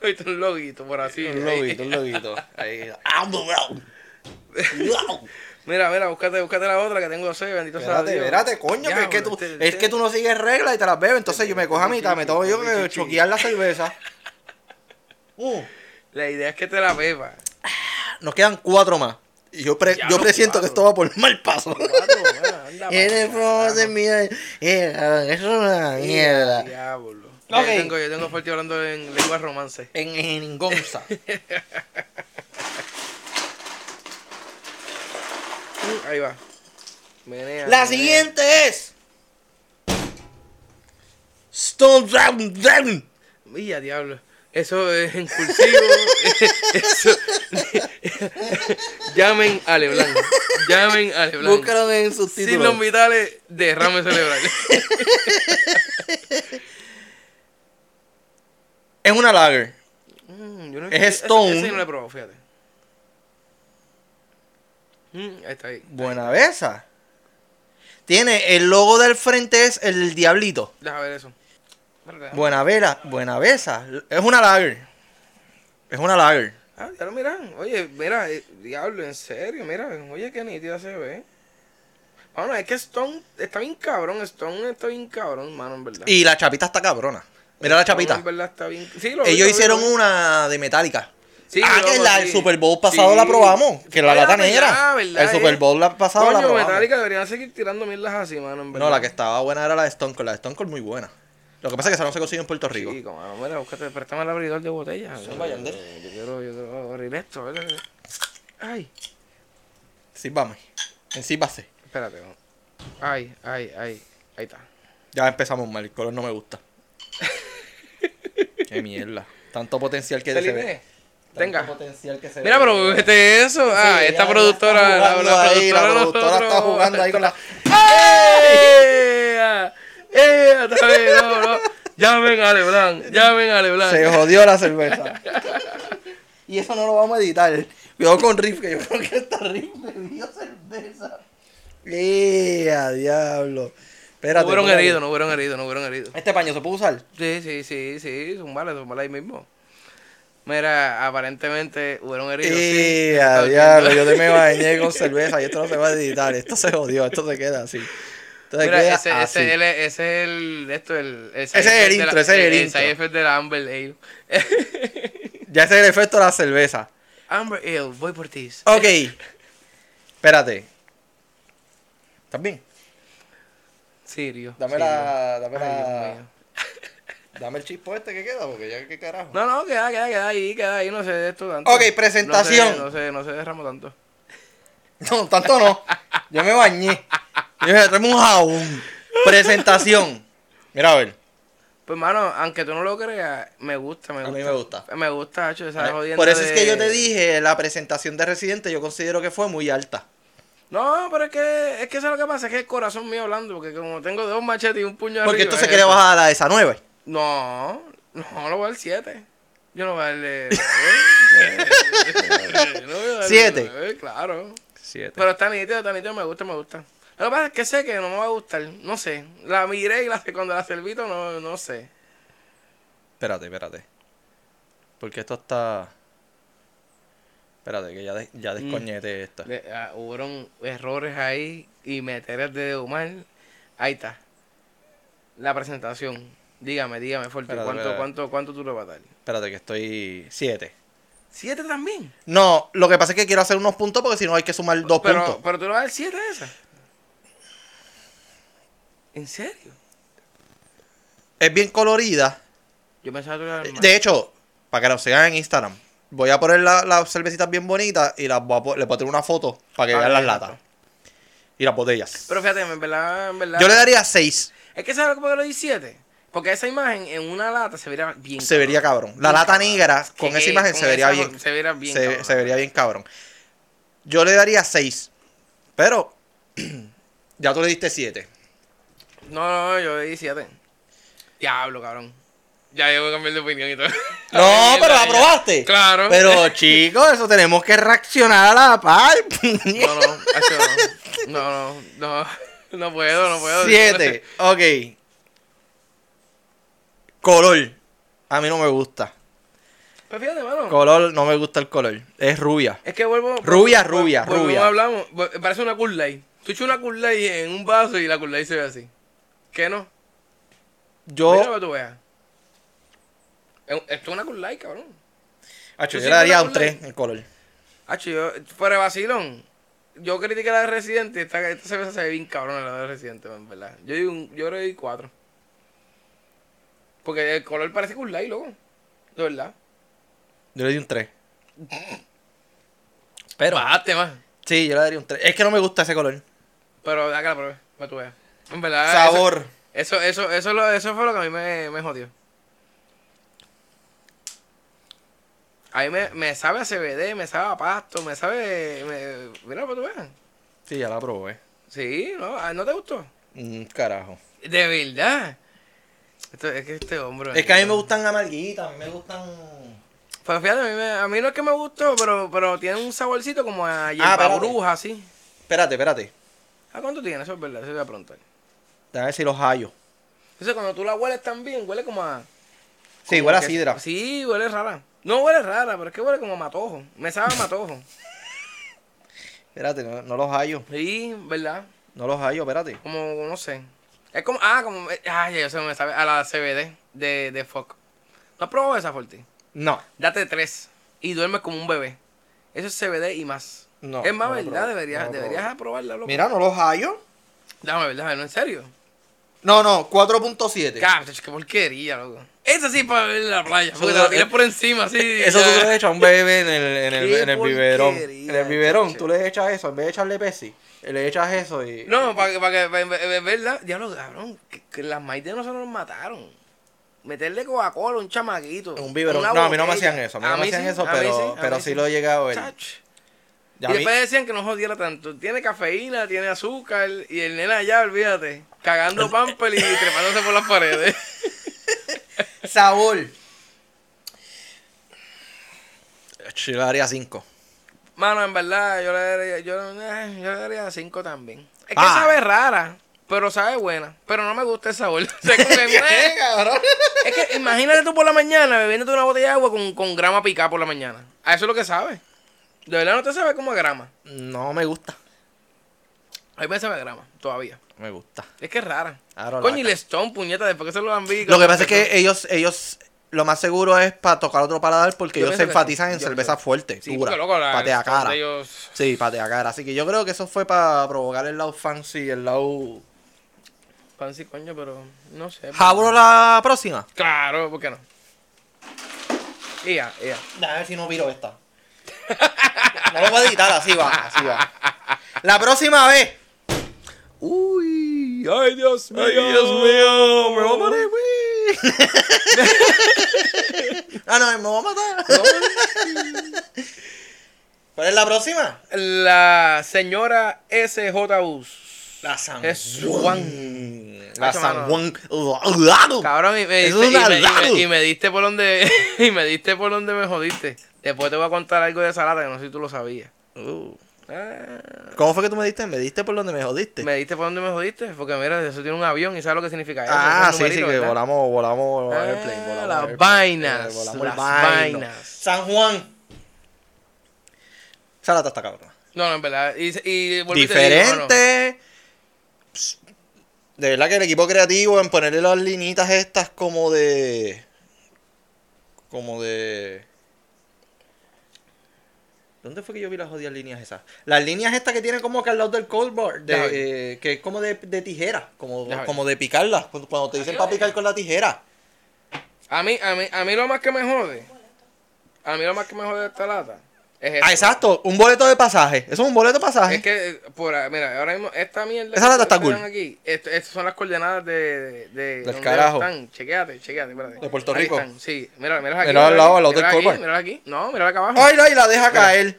[SPEAKER 2] Ahorita un loguito por así.
[SPEAKER 1] un
[SPEAKER 2] ahí.
[SPEAKER 1] loguito, un loguito. Ahí. [laughs] Ambulao. Wow.
[SPEAKER 2] Mira, mira, búscate, búscate la otra que tengo sed, bendito sea
[SPEAKER 1] Espérate,
[SPEAKER 2] Dios.
[SPEAKER 1] espérate, coño, que es que
[SPEAKER 2] Diablo,
[SPEAKER 1] tú,
[SPEAKER 2] este-
[SPEAKER 1] es que tú no sigues reglas y te las bebes, entonces yo me cojo a mitad, me tengo yo que choquear la cerveza. [laughs] Uh,
[SPEAKER 2] La idea es que te la bebas.
[SPEAKER 1] nos quedan cuatro más. Y yo, pre-
[SPEAKER 2] Ya
[SPEAKER 1] yo
[SPEAKER 2] los
[SPEAKER 1] presiento que esto
[SPEAKER 2] cuatro.
[SPEAKER 1] va por mal paso.
[SPEAKER 2] [laughs] Cuatro, mano, anda,
[SPEAKER 1] Eres
[SPEAKER 2] mano,
[SPEAKER 1] flor de Eh,
[SPEAKER 2] carajo.
[SPEAKER 1] miel, era- Es una mierda.
[SPEAKER 2] Diablo.
[SPEAKER 1] Ok.
[SPEAKER 2] Yo tengo, yo tengo fuerte hablando en lengua romance.
[SPEAKER 1] En, en Gonza.
[SPEAKER 2] Ahí va. Menea,
[SPEAKER 1] [laughs] La
[SPEAKER 2] menea.
[SPEAKER 1] siguiente es. Stone Dragon Dragon.
[SPEAKER 2] Mira, diablo. Eso es en cursivo. [laughs] Eso. [laughs] Llamen a Leblanc. Llamen a Leblanc.
[SPEAKER 1] Búscalo en sus
[SPEAKER 2] Sin los
[SPEAKER 1] títulos.
[SPEAKER 2] vitales, derrame cerebral.
[SPEAKER 1] Es una lager.
[SPEAKER 2] Mm, yo no-
[SPEAKER 1] Es
[SPEAKER 2] ese-
[SPEAKER 1] Stone.
[SPEAKER 2] Ese, yo no lo he probado, fíjate. Mm, ahí está ahí.
[SPEAKER 1] Buena besa. Tiene el logo del frente es el diablito.
[SPEAKER 2] Deja ver eso. Espérate,
[SPEAKER 1] Buena vela, buena besa. Es una lager. Es una lager.
[SPEAKER 2] Ah, ya lo miran. Oye, mira, eh, diablo, en serio, mira. Oye, qué nítida se ve. Mano, es que Stone está bien cabrón. Stone está bien cabrón, mano, en verdad.
[SPEAKER 1] Y la chapita está cabrona. Mira la
[SPEAKER 2] Stone,
[SPEAKER 1] chapita.
[SPEAKER 2] en verdad está bien. Sí, lo vi, lo
[SPEAKER 1] Ellos
[SPEAKER 2] vi,
[SPEAKER 1] hicieron
[SPEAKER 2] lo vi.
[SPEAKER 1] una de metálica.
[SPEAKER 2] Sí,
[SPEAKER 1] ah,
[SPEAKER 2] loco,
[SPEAKER 1] que la del
[SPEAKER 2] sí.
[SPEAKER 1] Super Bowl pasado la
[SPEAKER 2] Sí.
[SPEAKER 1] probamos. Que la lata
[SPEAKER 2] Espérate ya,
[SPEAKER 1] negra.
[SPEAKER 2] ¿verdad?
[SPEAKER 1] el Super Bowl la pasado
[SPEAKER 2] Coño,
[SPEAKER 1] la probamos.
[SPEAKER 2] Metallica deberían seguir tirando mierdas así, mano, en verdad.
[SPEAKER 1] No, la que estaba buena era la de Stone Cold. La de Stone Cold muy buena. Lo que pasa es que esa no se consigue en Puerto Rico.
[SPEAKER 2] Sí, como, mira, búscate, préstame el abridor de botella. Yo,
[SPEAKER 1] Bayander.
[SPEAKER 2] yo quiero, yo quiero abrir esto, ¿verdad? Ay,
[SPEAKER 1] Sí, vamos. En sí, base.
[SPEAKER 2] espérate. no. Ay, ay, ay. Ahí está.
[SPEAKER 1] Ya empezamos mal. El color no me gusta. Qué mierda. Tanto potencial que se ve. Tanto
[SPEAKER 2] Venga.
[SPEAKER 1] potencial que se
[SPEAKER 2] Mira,
[SPEAKER 1] ve.
[SPEAKER 2] pero este eso.
[SPEAKER 1] Sí,
[SPEAKER 2] Ah,
[SPEAKER 1] ya
[SPEAKER 2] esta
[SPEAKER 1] está
[SPEAKER 2] productora.
[SPEAKER 1] jugando ahí, la
[SPEAKER 2] de
[SPEAKER 1] productora
[SPEAKER 2] nosotros.
[SPEAKER 1] está jugando ahí con la.
[SPEAKER 2] [laughs] ¡Eh! ¡Eh! Otra vez, no, no. Llamen a Leblanc. Llamen a Leblanc. [laughs]
[SPEAKER 1] Se jodió la cerveza. y eso no lo vamos a editar. Cuidado con Riff, que yo creo que esta Riff me dio cerveza. ¡Eh, a diablo! Espérate.
[SPEAKER 2] no hubieron
[SPEAKER 1] espérate.
[SPEAKER 2] heridos, no hubieron heridos, no hubieron heridos.
[SPEAKER 1] ¿Este paño se puede usar?
[SPEAKER 2] Sí, sí, sí, sí, zumbarle, zumbarle ahí mismo. Mira, aparentemente hubieron heridos. sí.
[SPEAKER 1] ¡Eh, a diablo! Yo te me
[SPEAKER 2] [laughs]
[SPEAKER 1] bañé con cerveza y esto no se va a editar. Esto se jodió, esto se queda así. Esto se
[SPEAKER 2] Mira,
[SPEAKER 1] queda
[SPEAKER 2] ese,
[SPEAKER 1] así.
[SPEAKER 2] ese, el- ese es el. Esto, el, el
[SPEAKER 1] Ese es el
[SPEAKER 2] side effect de
[SPEAKER 1] intro, ese es el intro.
[SPEAKER 2] side effect de la Amber Ale.
[SPEAKER 1] Ya ese es el efecto de la cerveza.
[SPEAKER 2] Amber Ale, voy por ti.
[SPEAKER 1] Ok. Espérate. ¿Estás bien?
[SPEAKER 2] Sirio.
[SPEAKER 1] Dame
[SPEAKER 2] sirio.
[SPEAKER 1] la- dame la-
[SPEAKER 2] Dios mío.
[SPEAKER 1] [laughs] Dame el chispo este que queda, porque ya qué carajo.
[SPEAKER 2] No, no, queda, queda, queda ahí, queda ahí, no sé de esto tanto.
[SPEAKER 1] Ok, presentación.
[SPEAKER 2] No sé, no sé, no sé derramo tanto.
[SPEAKER 1] No, tanto no. Yo me bañé. Yo me traeme un jabón. Presentación. Mira, a ver.
[SPEAKER 2] Pues, mano, aunque tú no lo creas, me gusta, me
[SPEAKER 1] A
[SPEAKER 2] gusta.
[SPEAKER 1] mí me gusta. Eh,
[SPEAKER 2] Me gusta, hecho, esa jodienda
[SPEAKER 1] Por eso es que
[SPEAKER 2] de-
[SPEAKER 1] yo te dije, la presentación de Residente yo considero que fue muy alta.
[SPEAKER 2] No, pero es que, es que eso es lo que pasa, es que el corazón mío hablando, porque como tengo dos machetes y un puño de
[SPEAKER 1] Porque
[SPEAKER 2] arriba,
[SPEAKER 1] esto se
[SPEAKER 2] es
[SPEAKER 1] quiere
[SPEAKER 2] eso.
[SPEAKER 1] bajar a esa nueva.
[SPEAKER 2] No, no, lo voy al 7.
[SPEAKER 1] [laughs]
[SPEAKER 2] [laughs] Yo no voy a darle... no voy a darle
[SPEAKER 1] Siete.
[SPEAKER 2] nueve, Claro.
[SPEAKER 1] 7.
[SPEAKER 2] Pero está nítido, está nítido, me gusta, me gusta. Lo que pasa es que sé que no me va a gustar, no sé. La miré y la, cuando la servito, no, no sé.
[SPEAKER 1] Espérate, espérate. Porque esto está. Espérate, que ya, de- ya descoñete esta.
[SPEAKER 2] Le- ah, hubieron errores ahí y meteres de humar. Ahí está. La presentación. Dígame, dígame, fuerte.
[SPEAKER 1] Espérate,
[SPEAKER 2] ¿Cuánto,
[SPEAKER 1] espérate.
[SPEAKER 2] cuánto, cuánto tú le vas a dar?
[SPEAKER 1] Espérate, que estoy. 7.
[SPEAKER 2] ¿Siete también?
[SPEAKER 1] No, lo que pasa es que quiero hacer unos puntos porque si no hay que sumar dos
[SPEAKER 2] pero,
[SPEAKER 1] puntos.
[SPEAKER 2] pero tú le vas a dar siete a esa. ¿En serio?
[SPEAKER 1] Es bien colorida.
[SPEAKER 2] Yo pensaba que tú le ibas a dar más.
[SPEAKER 1] De hecho, para que lo sigan en Instagram, voy a poner la- las cervecitas bien bonitas y las voy a po- le voy a tener una foto para que
[SPEAKER 2] Ah,
[SPEAKER 1] vean las
[SPEAKER 2] exacto.
[SPEAKER 1] latas y las botellas.
[SPEAKER 2] Pero fíjate, en verdad, en verdad.
[SPEAKER 1] Yo le daría 6.
[SPEAKER 2] Es que ¿sabes por qué le doy siete? Porque esa imagen en una lata se vería bien.
[SPEAKER 1] Se vería cabrón. La
[SPEAKER 2] Bien
[SPEAKER 1] lata
[SPEAKER 2] cabrón.
[SPEAKER 1] negra con
[SPEAKER 2] Que-
[SPEAKER 1] esa imagen
[SPEAKER 2] con
[SPEAKER 1] se vería
[SPEAKER 2] esa-
[SPEAKER 1] bien.
[SPEAKER 2] Se vería bien.
[SPEAKER 1] se,
[SPEAKER 2] cabrón.
[SPEAKER 1] se vería bien cabrón. Yo le daría 6. Pero [clears throat] ya tú le diste 7.
[SPEAKER 2] No, no, yo le di 7. Diablo, cabrón. Ya yo voy a cambiar de opinión y todo.
[SPEAKER 1] No,
[SPEAKER 2] Ay,
[SPEAKER 1] pero
[SPEAKER 2] mierda,
[SPEAKER 1] la
[SPEAKER 2] Ah, ya.
[SPEAKER 1] probaste.
[SPEAKER 2] Claro. [laughs]
[SPEAKER 1] Pero chicos, eso tenemos que reaccionar a la par. [laughs]
[SPEAKER 2] [laughs] No, no, eso no. No, no, no. No puedo, no puedo.
[SPEAKER 1] 7. Ok. Color. A mí no me gusta.
[SPEAKER 2] Pues fíjate, mano.
[SPEAKER 1] Color, no me gusta el color. Es rubia.
[SPEAKER 2] es que vuelvo.
[SPEAKER 1] Rubia,
[SPEAKER 2] vuelvo-
[SPEAKER 1] rubia,
[SPEAKER 2] vuelvo-
[SPEAKER 1] rubia.
[SPEAKER 2] hablamos. vu- Parece una Curlay. Tú echas una Curlay en un vaso y la Curlay se ve así. ¿Qué no?
[SPEAKER 1] Yo,
[SPEAKER 2] Mira para que tú veas. Es- Esto es una Curlay, cabrón.
[SPEAKER 1] Acho,
[SPEAKER 2] ¿Tú
[SPEAKER 1] yo
[SPEAKER 2] sí
[SPEAKER 1] le daría
[SPEAKER 2] con
[SPEAKER 1] un
[SPEAKER 2] la
[SPEAKER 1] 3 el color.
[SPEAKER 2] Hacho, yo, fuera de vacilón, yo critiqué la de Residente y esta, esta cerveza se ve bien cabrón la de Residente, en verdad. Yo, di un- yo le doy cuatro. Porque el color parece un light, loco. De verdad.
[SPEAKER 1] Yo le di un 3.
[SPEAKER 2] Pero. Bajaste más.
[SPEAKER 1] Sí, yo le daría un 3. Es que no me gusta ese color.
[SPEAKER 2] Pero da que la pruebe, para tu veas. En verdad.
[SPEAKER 1] Sabor.
[SPEAKER 2] Eso, eso, eso, eso, lo- eso fue lo que a mí me, me jodió. A mí me, me sabe a CBD, me sabe a pasto, me sabe. me- mira, para tu veas.
[SPEAKER 1] Sí, ya la probé.
[SPEAKER 2] Sí, ¿no? Ah, ¿No te gustó?
[SPEAKER 1] Mm, carajo.
[SPEAKER 2] De verdad. Esto- es que este hombre.
[SPEAKER 1] Es que a mí me gustan amarguitas, a mí me gustan.
[SPEAKER 2] Pues fíjate, a mí, me- a mí no es que me gustó, pero, pero tiene un saborcito como a hierba
[SPEAKER 1] Ah, espérate.
[SPEAKER 2] bruja, así.
[SPEAKER 1] Espérate, espérate.
[SPEAKER 2] ¿A cuánto tiene? Eso es verdad, eso te voy a preguntar.
[SPEAKER 1] Déjame ver si los hallo.
[SPEAKER 2] Entonces, cuando tú la hueles también, huele como a.
[SPEAKER 1] Sí,
[SPEAKER 2] como
[SPEAKER 1] igual a
[SPEAKER 2] que-
[SPEAKER 1] sidra.
[SPEAKER 2] Sí, huele rara. No huele rara, pero es que huele como a matojo. Me sabe a matojo.
[SPEAKER 1] Espérate, no, no los hallo.
[SPEAKER 2] Sí, ¿verdad?
[SPEAKER 1] No los hallo, espérate.
[SPEAKER 2] Como, no sé. Es como. Ah, como. Ay, yo sé, me sabe a la CBD de, de Fox. ¿No has probado esa, Forti?
[SPEAKER 1] No.
[SPEAKER 2] Date tres y duerme como un bebé. Eso es CBD y más.
[SPEAKER 1] No,
[SPEAKER 2] es más,
[SPEAKER 1] no lo
[SPEAKER 2] ¿verdad?
[SPEAKER 1] probé,
[SPEAKER 2] deberías
[SPEAKER 1] no lo
[SPEAKER 2] deberías
[SPEAKER 1] probé.
[SPEAKER 2] aprobarla, loco.
[SPEAKER 1] Mira, no los hallo.
[SPEAKER 2] Déjame ver, déjame ver, ¿no? ¿En serio?
[SPEAKER 1] No, no, 4.7.
[SPEAKER 2] Cabrón, qué porquería, loco. Esa sí para ver en la playa. Porque
[SPEAKER 1] Eso- eh,
[SPEAKER 2] te la tiras por encima, sí.
[SPEAKER 1] Eso tú le echas a un bebé en el, en el,
[SPEAKER 2] Qué
[SPEAKER 1] en el biberón.
[SPEAKER 2] porquería,
[SPEAKER 1] En el biberón,
[SPEAKER 2] chacho.
[SPEAKER 1] tú le echas eso. En vez de echarle Pepsi, le echas eso y.
[SPEAKER 2] No, para que, para que, para, para- ¿verdad? Diablo, cabrón, que, que las maíz de nosotros nos mataron. Meterle Coca-Cola a un chamaquito.
[SPEAKER 1] Un biberón.
[SPEAKER 2] una
[SPEAKER 1] No, a mí no me
[SPEAKER 2] botella.
[SPEAKER 1] hacían eso. A mí no me hacían
[SPEAKER 2] sí,
[SPEAKER 1] eso,
[SPEAKER 2] a mí
[SPEAKER 1] pero,
[SPEAKER 2] sí, a
[SPEAKER 1] pero
[SPEAKER 2] mí
[SPEAKER 1] sí, lo he llegado a ver.
[SPEAKER 2] Chach.
[SPEAKER 1] Ya a
[SPEAKER 2] y
[SPEAKER 1] mí-
[SPEAKER 2] después decían que no jodiera tanto. Tiene cafeína, tiene azúcar. Y el nena allá, olvídate. Cagando
[SPEAKER 1] [laughs]
[SPEAKER 2] pamper y tremándose por las paredes.
[SPEAKER 1] Sabor. Yo le daría 5.
[SPEAKER 2] Mano, en verdad, yo le daría, yo, eh, yo le daría cinco también. Es que
[SPEAKER 1] Ah.
[SPEAKER 2] sabe rara, pero sabe buena. Pero no me gusta el sabor. [laughs] O sea, como que, eh,
[SPEAKER 1] cabrón?
[SPEAKER 2] es que imagínate tú por la mañana bebiéndote una botella de agua con, con grama picada por la mañana. A eso es lo que sabe. De verdad no te sabe como a grama.
[SPEAKER 1] No me gusta.
[SPEAKER 2] A mí me sabe a grama, todavía.
[SPEAKER 1] Me gusta.
[SPEAKER 2] Es que es rara.
[SPEAKER 1] Ahora
[SPEAKER 2] Coño, y
[SPEAKER 1] la-
[SPEAKER 2] le Stone, puñeta, después que se lo han visto.
[SPEAKER 1] Lo que pasa es que ellos, ellos, lo más seguro es para tocar otro paladar porque
[SPEAKER 2] Yo
[SPEAKER 1] ellos se
[SPEAKER 2] pienso que
[SPEAKER 1] enfatizan
[SPEAKER 2] sí.
[SPEAKER 1] en
[SPEAKER 2] Yo-
[SPEAKER 1] cerveza
[SPEAKER 2] yo-
[SPEAKER 1] fuerte,
[SPEAKER 2] Sí,
[SPEAKER 1] dura,
[SPEAKER 2] porque loco, la-
[SPEAKER 1] patea
[SPEAKER 2] los
[SPEAKER 1] cara.
[SPEAKER 2] de ellos-
[SPEAKER 1] Sí, patea cara. Así que yo creo que eso fue para provocar el lado fancy, el lado...
[SPEAKER 2] Fancy coño, pero no sé.
[SPEAKER 1] ¿Jabro la próxima?
[SPEAKER 2] Claro, ¿por qué no? Y ya, y ya.
[SPEAKER 1] A ver si no viro esta. No lo voy a editar, así va, así va. La próxima vez.
[SPEAKER 2] Uy, ay Dios mío.
[SPEAKER 1] mío,
[SPEAKER 2] me voy a morir,
[SPEAKER 1] ah, no, me voy a matar. ¿Cuál es la próxima?
[SPEAKER 2] La señora SJU.
[SPEAKER 1] La San
[SPEAKER 2] Es
[SPEAKER 1] Juan. La
[SPEAKER 2] Hacho,
[SPEAKER 1] San
[SPEAKER 2] mano.
[SPEAKER 1] Juan.
[SPEAKER 2] Cabrón, y me,
[SPEAKER 1] Es
[SPEAKER 2] diste, y,
[SPEAKER 1] una
[SPEAKER 2] me, y me-
[SPEAKER 1] lado.
[SPEAKER 2] y me diste por [laughs] donde y me diste por donde me jodiste. Después te voy a contar algo de esa lata que no sé si tú lo sabías.
[SPEAKER 1] Uh,
[SPEAKER 2] Ah,
[SPEAKER 1] ¿Cómo fue que tú me diste? Me diste por donde me jodiste.
[SPEAKER 2] me diste por donde me jodiste, porque mira, eso tiene un avión y sabes lo que significa eso.
[SPEAKER 1] Ah,
[SPEAKER 2] esos
[SPEAKER 1] sí, sí,
[SPEAKER 2] numeritos,
[SPEAKER 1] que
[SPEAKER 2] ¿verdad?
[SPEAKER 1] volamos, volamos, volamos
[SPEAKER 2] Ah,
[SPEAKER 1] airplane, volamos
[SPEAKER 2] las
[SPEAKER 1] airplane.
[SPEAKER 2] vainas,
[SPEAKER 1] Eh, volamos
[SPEAKER 2] las
[SPEAKER 1] el vaino.
[SPEAKER 2] vainas.
[SPEAKER 1] San Juan. Salata está cabrona.
[SPEAKER 2] No, no, en verdad. Y, y volví y te digo, no, no.
[SPEAKER 1] Diferente. Pss, De verdad que el equipo creativo en ponerle las linitas estas como de. Como de. ¿Dónde fue que yo vi las jodidas líneas esas? Las líneas estas que tiene como que al lado del cold bar, de-
[SPEAKER 2] Déjame ver.
[SPEAKER 1] eh, que es como de, de tijera, como,
[SPEAKER 2] Déjame ver.
[SPEAKER 1] como de picarlas, cuando, cuando te dicen para picar con la tijera.
[SPEAKER 2] A mí, a mí, a mí lo más que me jode. A mí lo más que me jode de esta lata. Es esto.
[SPEAKER 1] Ah, exacto, un boleto de pasaje. Eso es un boleto de pasaje.
[SPEAKER 2] Es que, eh, por, ahí- mira, ahora mismo, esta mierda.
[SPEAKER 1] Esa
[SPEAKER 2] que
[SPEAKER 1] lata está
[SPEAKER 2] ustedes
[SPEAKER 1] cool.
[SPEAKER 2] ven Aquí, esto- estas son las coordenadas de. de, de
[SPEAKER 1] Del
[SPEAKER 2] donde
[SPEAKER 1] carajo.
[SPEAKER 2] Están. Chequeate, chequeate, espérate.
[SPEAKER 1] De Puerto
[SPEAKER 2] Ahí
[SPEAKER 1] Rico.
[SPEAKER 2] están, Sí, mira, mira aquí.
[SPEAKER 1] Mira al lado, al lado del
[SPEAKER 2] mira aquí,
[SPEAKER 1] Colbert.
[SPEAKER 2] mira aquí. No, mira acá abajo.
[SPEAKER 1] Ay, no, y la deja caer.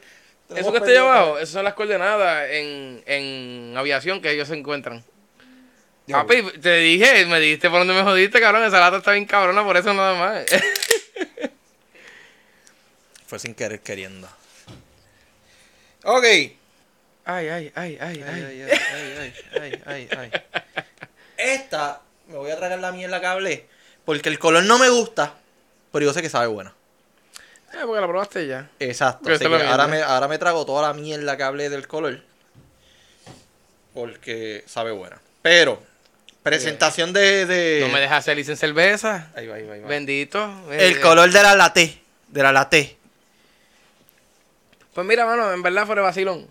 [SPEAKER 2] Eso que está ahí abajo, esas son las coordenadas en, en aviación que ellos se encuentran.
[SPEAKER 1] Diablo.
[SPEAKER 2] Papi, te dije, me dijiste por donde me jodiste, cabrón. Esa lata está bien cabrona, por eso nada más.
[SPEAKER 1] Fue sin querer queriendo. Ok.
[SPEAKER 2] ay, ay, ay, ay, ay.
[SPEAKER 1] Esta, me voy a tragar la mierda que hablé. Porque el color no me gusta, pero yo sé que sabe buena.
[SPEAKER 2] Eh, porque la probaste ya.
[SPEAKER 1] Exacto.
[SPEAKER 2] Pero
[SPEAKER 1] así
[SPEAKER 2] esa es la
[SPEAKER 1] que ahora, me,
[SPEAKER 2] mierda.
[SPEAKER 1] ahora me trago toda la mierda que hablé del color. Porque sabe buena. Pero, presentación de. de-
[SPEAKER 2] No me dejas hacer licencia en cerveza.
[SPEAKER 1] Ahí va, ahí va, ahí va.
[SPEAKER 2] Bendito.
[SPEAKER 1] El
[SPEAKER 2] Eh,
[SPEAKER 1] color de la latte. De la latte.
[SPEAKER 2] Pues mira, mano, en verdad fue de vacilón.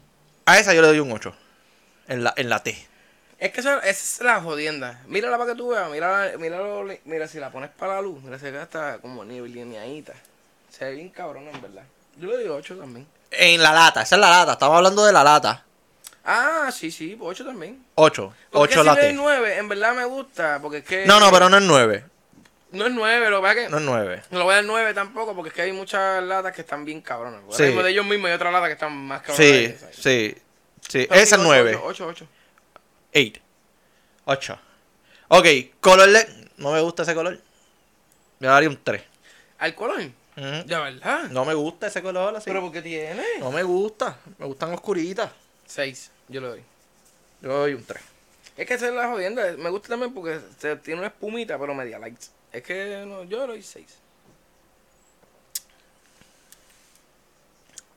[SPEAKER 1] A esa yo le doy un 8. En la, en la T.
[SPEAKER 2] Es que eso, esa es la jodienda. Mírala para que tú veas. Mírala, míralo, mira, si la pones para la luz, mira, se ve hasta como nieblineadita. Se ve bien cabrón, en verdad. Yo le digo 8 también.
[SPEAKER 1] En la lata, esa es la lata. Estamos hablando de la lata.
[SPEAKER 2] Ah, sí, sí, 8 también.
[SPEAKER 1] 8.
[SPEAKER 2] Porque
[SPEAKER 1] 8
[SPEAKER 2] si
[SPEAKER 1] la
[SPEAKER 2] le doy
[SPEAKER 1] T.
[SPEAKER 2] 9, en verdad me gusta, porque es que...
[SPEAKER 1] No, no, pero no es 9.
[SPEAKER 2] No es 9, lo que pasa es que...
[SPEAKER 1] No es 9.
[SPEAKER 2] No lo voy a dar 9 tampoco, porque es que hay muchas latas que están bien cabronas. Ahora
[SPEAKER 1] Sí.
[SPEAKER 2] mismo de ellos mismos hay otras latas que están más cabronas.
[SPEAKER 1] Sí, sí. Sí, esa es 9.
[SPEAKER 2] 8, 8.
[SPEAKER 1] 8. 8. Ok, color de... No me gusta ese color. Yo daría un 3.
[SPEAKER 2] ¿Al color? De verdad.
[SPEAKER 1] No me gusta ese color así.
[SPEAKER 2] ¿Pero por qué tiene?
[SPEAKER 1] No me gusta. Me gustan oscuritas.
[SPEAKER 2] 6, yo le doy.
[SPEAKER 1] Yo le doy un 3.
[SPEAKER 2] Es que esa es la jodienda. Me gusta también porque se- tiene una espumita, pero media light. Es que no, yo le doy 6.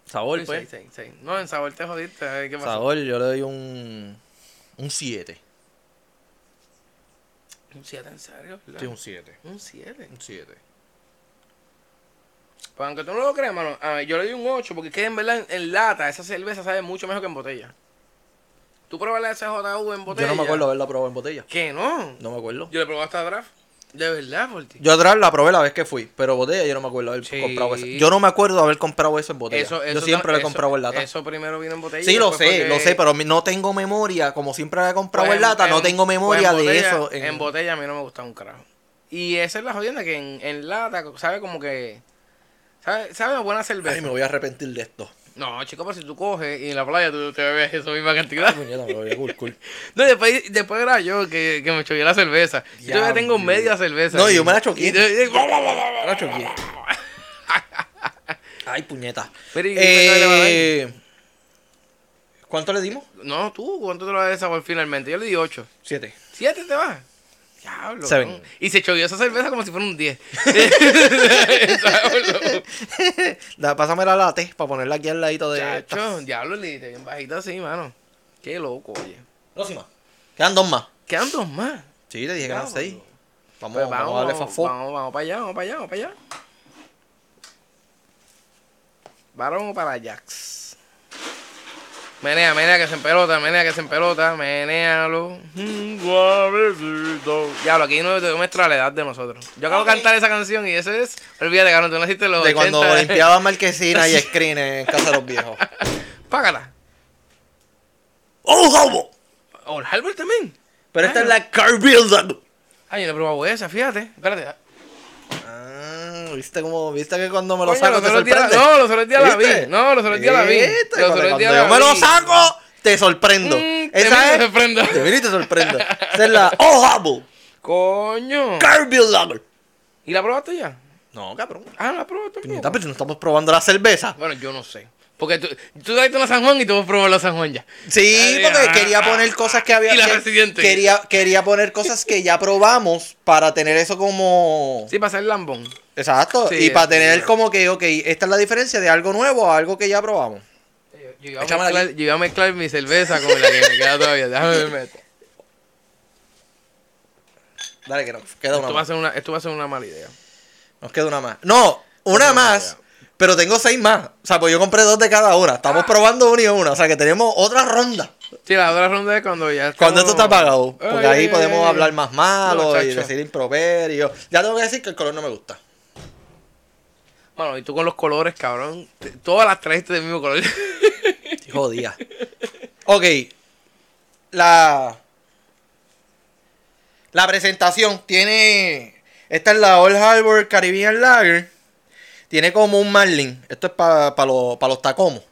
[SPEAKER 1] Sabor, pues.
[SPEAKER 2] 6, 6. No, en sabor te jodiste. ay, ¿Qué pasó?
[SPEAKER 1] Sabor, yo le doy un... Un 7.
[SPEAKER 2] Un 7, en serio. ¿verdad?
[SPEAKER 1] Sí, un 7.
[SPEAKER 2] Un 7.
[SPEAKER 1] Un 7.
[SPEAKER 2] Pues aunque tú no lo creas, mano, a ver, yo le doy un 8 porque es que en verdad en, en lata esa cerveza sabe mucho mejor que en botella. ¿Tú pruebas la SJU en
[SPEAKER 1] Yo
[SPEAKER 2] botella?
[SPEAKER 1] no me acuerdo haberla probado en botella.
[SPEAKER 2] ¿Qué no?
[SPEAKER 1] No me acuerdo.
[SPEAKER 2] Yo le probé hasta draft. De verdad, por ti.
[SPEAKER 1] Yo atrás la probé la vez que fui, pero botella yo no me acuerdo haber
[SPEAKER 2] Sí.
[SPEAKER 1] comprado eso. Yo no me acuerdo haber comprado eso en botella. yo siempre lo he
[SPEAKER 2] eso-
[SPEAKER 1] comprado en lata.
[SPEAKER 2] Eso primero vino en botella. y
[SPEAKER 1] sí, lo sé,
[SPEAKER 2] después fue
[SPEAKER 1] lo
[SPEAKER 2] que-
[SPEAKER 1] sé, pero mi- no tengo memoria. Como siempre la he comprado
[SPEAKER 2] Pues
[SPEAKER 1] en lata, no tengo
[SPEAKER 2] pues en
[SPEAKER 1] memoria de
[SPEAKER 2] botella-
[SPEAKER 1] eso.
[SPEAKER 2] En... botella a mí no me gusta un carajo. Y esa es la jodienda que en, en lata sabe como que. Sabe, sabe a buena cerveza.
[SPEAKER 1] Ay, me voy a arrepentir de esto.
[SPEAKER 2] No, chico, pero si tú coges y en la playa tú te bebes esa misma cantidad.
[SPEAKER 1] Puñeta, me voy a cool, cool.
[SPEAKER 2] [laughs] No, después, después era yo que, que me choqué la cerveza. Yo todavía
[SPEAKER 1] Diablo.
[SPEAKER 2] tengo media cerveza.
[SPEAKER 1] No,
[SPEAKER 2] aquí.
[SPEAKER 1] yo me la choqué.
[SPEAKER 2] Y yo- y-
[SPEAKER 1] Ahora choqué. Ay, puñeta.
[SPEAKER 2] Pero, ¿y qué me acaba de
[SPEAKER 1] Eh, ¿Cuánto le dimos?
[SPEAKER 2] No, tú, ¿cuánto te lo vas a sabor finalmente? Yo le di 8.
[SPEAKER 1] Siete.
[SPEAKER 2] ¿Siete te vas? Diablo.
[SPEAKER 1] Seven.
[SPEAKER 2] ¿no? Y se choqueó esa cerveza como si fuera un 10. Diablo.
[SPEAKER 1] Da- pásame la late para ponerla aquí al ladito de.
[SPEAKER 2] Chacho,
[SPEAKER 1] estas.
[SPEAKER 2] diablo, le diste bien bajito así, mano. Qué loco, oye.
[SPEAKER 1] Próxima. Quedan dos más.
[SPEAKER 2] Quedan dos más.
[SPEAKER 1] Sí, te dije que eran
[SPEAKER 2] Diablo.
[SPEAKER 1] seis. Vamos,
[SPEAKER 2] Pues
[SPEAKER 1] vamos, a darle
[SPEAKER 2] vamos,
[SPEAKER 1] fafó.
[SPEAKER 2] vamos, vamos para allá, vamos para allá, vamos para allá. Varón o para Jax. Menea, menea que se empelota, menea que se empelota, menealo. Mm, guabecito. Diablo, aquí no te muestra la edad de nosotros. Yo acabo
[SPEAKER 1] Ok.
[SPEAKER 2] de cantar esa canción y eso es. Olvídate, cabrón, tú naciste en los
[SPEAKER 1] De cuando
[SPEAKER 2] 80.
[SPEAKER 1] limpiaba marquesina
[SPEAKER 2] [laughs]
[SPEAKER 1] y screen en casa de los viejos.
[SPEAKER 2] Págala.
[SPEAKER 1] ¡Oh, hobo!
[SPEAKER 2] O el Harbor también.
[SPEAKER 1] Pero
[SPEAKER 2] Ah.
[SPEAKER 1] esta es la car builder.
[SPEAKER 2] Ay, yo no he probado esa, fíjate. Espérate.
[SPEAKER 1] Ah, ¿viste cómo? ¿Viste que cuando me lo
[SPEAKER 2] Coño,
[SPEAKER 1] saco
[SPEAKER 2] los
[SPEAKER 1] te
[SPEAKER 2] otros días-
[SPEAKER 1] sorprende?
[SPEAKER 2] no, los otros días la
[SPEAKER 1] ¿Viste?
[SPEAKER 2] vi. No, los otros días la vi.
[SPEAKER 1] ¿Viste?
[SPEAKER 2] Los
[SPEAKER 1] Cuando,
[SPEAKER 2] otros
[SPEAKER 1] cuando
[SPEAKER 2] días
[SPEAKER 1] yo
[SPEAKER 2] la
[SPEAKER 1] me lo
[SPEAKER 2] vi.
[SPEAKER 1] saco, te sorprendo.
[SPEAKER 2] Mm, te miro y
[SPEAKER 1] Esa
[SPEAKER 2] te
[SPEAKER 1] es...
[SPEAKER 2] sorprendo.
[SPEAKER 1] Te miro y te
[SPEAKER 2] [laughs]
[SPEAKER 1] sorprendo. Esa es la ¡Oh, hobo!
[SPEAKER 2] Coño.
[SPEAKER 1] Car builder.
[SPEAKER 2] ¿Y la probaste ya?
[SPEAKER 1] No, cabrón.
[SPEAKER 2] Ah, la probaste también.
[SPEAKER 1] Puñeta, pero si no estamos probando la cerveza.
[SPEAKER 2] Bueno, yo no sé. Porque tú, tú trajiste una San Juan y tú vas a probar la San Juan ya.
[SPEAKER 1] Sí,
[SPEAKER 2] Ay,
[SPEAKER 1] porque
[SPEAKER 2] ah,
[SPEAKER 1] quería poner cosas que había.
[SPEAKER 2] y la
[SPEAKER 1] que-
[SPEAKER 2] Residente.
[SPEAKER 1] quería, quería poner cosas que ya probamos para tener eso como.
[SPEAKER 2] Sí, para hacer lambón.
[SPEAKER 1] Exacto.
[SPEAKER 2] Sí,
[SPEAKER 1] y para
[SPEAKER 2] sí,
[SPEAKER 1] tener
[SPEAKER 2] sí.
[SPEAKER 1] como que, ok, esta es la diferencia de algo nuevo a algo que ya probamos.
[SPEAKER 2] Yo, yo iba a
[SPEAKER 1] Échamela
[SPEAKER 2] mezclar, yo iba a mezclar mi cerveza con la que me queda todavía. Déjame verme esto.
[SPEAKER 1] Dale, que nos queda una
[SPEAKER 2] Esto va, a
[SPEAKER 1] más.
[SPEAKER 2] ser una, esto va a ser una mala idea.
[SPEAKER 1] Nos queda una más. No, una
[SPEAKER 2] Una
[SPEAKER 1] más.
[SPEAKER 2] más,
[SPEAKER 1] Pero tengo seis más. O sea, pues yo compré dos de cada una. Estamos
[SPEAKER 2] Ah.
[SPEAKER 1] probando una y una. O sea, que tenemos otra ronda.
[SPEAKER 2] Sí, la otra ronda es cuando ya.
[SPEAKER 1] Cuando
[SPEAKER 2] estamos-
[SPEAKER 1] esto está apagado. Porque
[SPEAKER 2] Ay,
[SPEAKER 1] ahí
[SPEAKER 2] Oh. ay,
[SPEAKER 1] podemos
[SPEAKER 2] ay.
[SPEAKER 1] hablar más malo
[SPEAKER 2] No,
[SPEAKER 1] y
[SPEAKER 2] chacho.
[SPEAKER 1] decir improperio. Ya tengo que decir que el color no me gusta.
[SPEAKER 2] Mano, y tú con los colores, cabrón. Te- Todas las trajiste del mismo color. [laughs]
[SPEAKER 1] Jodía. Ok. La. La presentación tiene. Esta es la Old Harbor Caribbean Lager. Tiene como un Marlin. Esto es para los tacomos.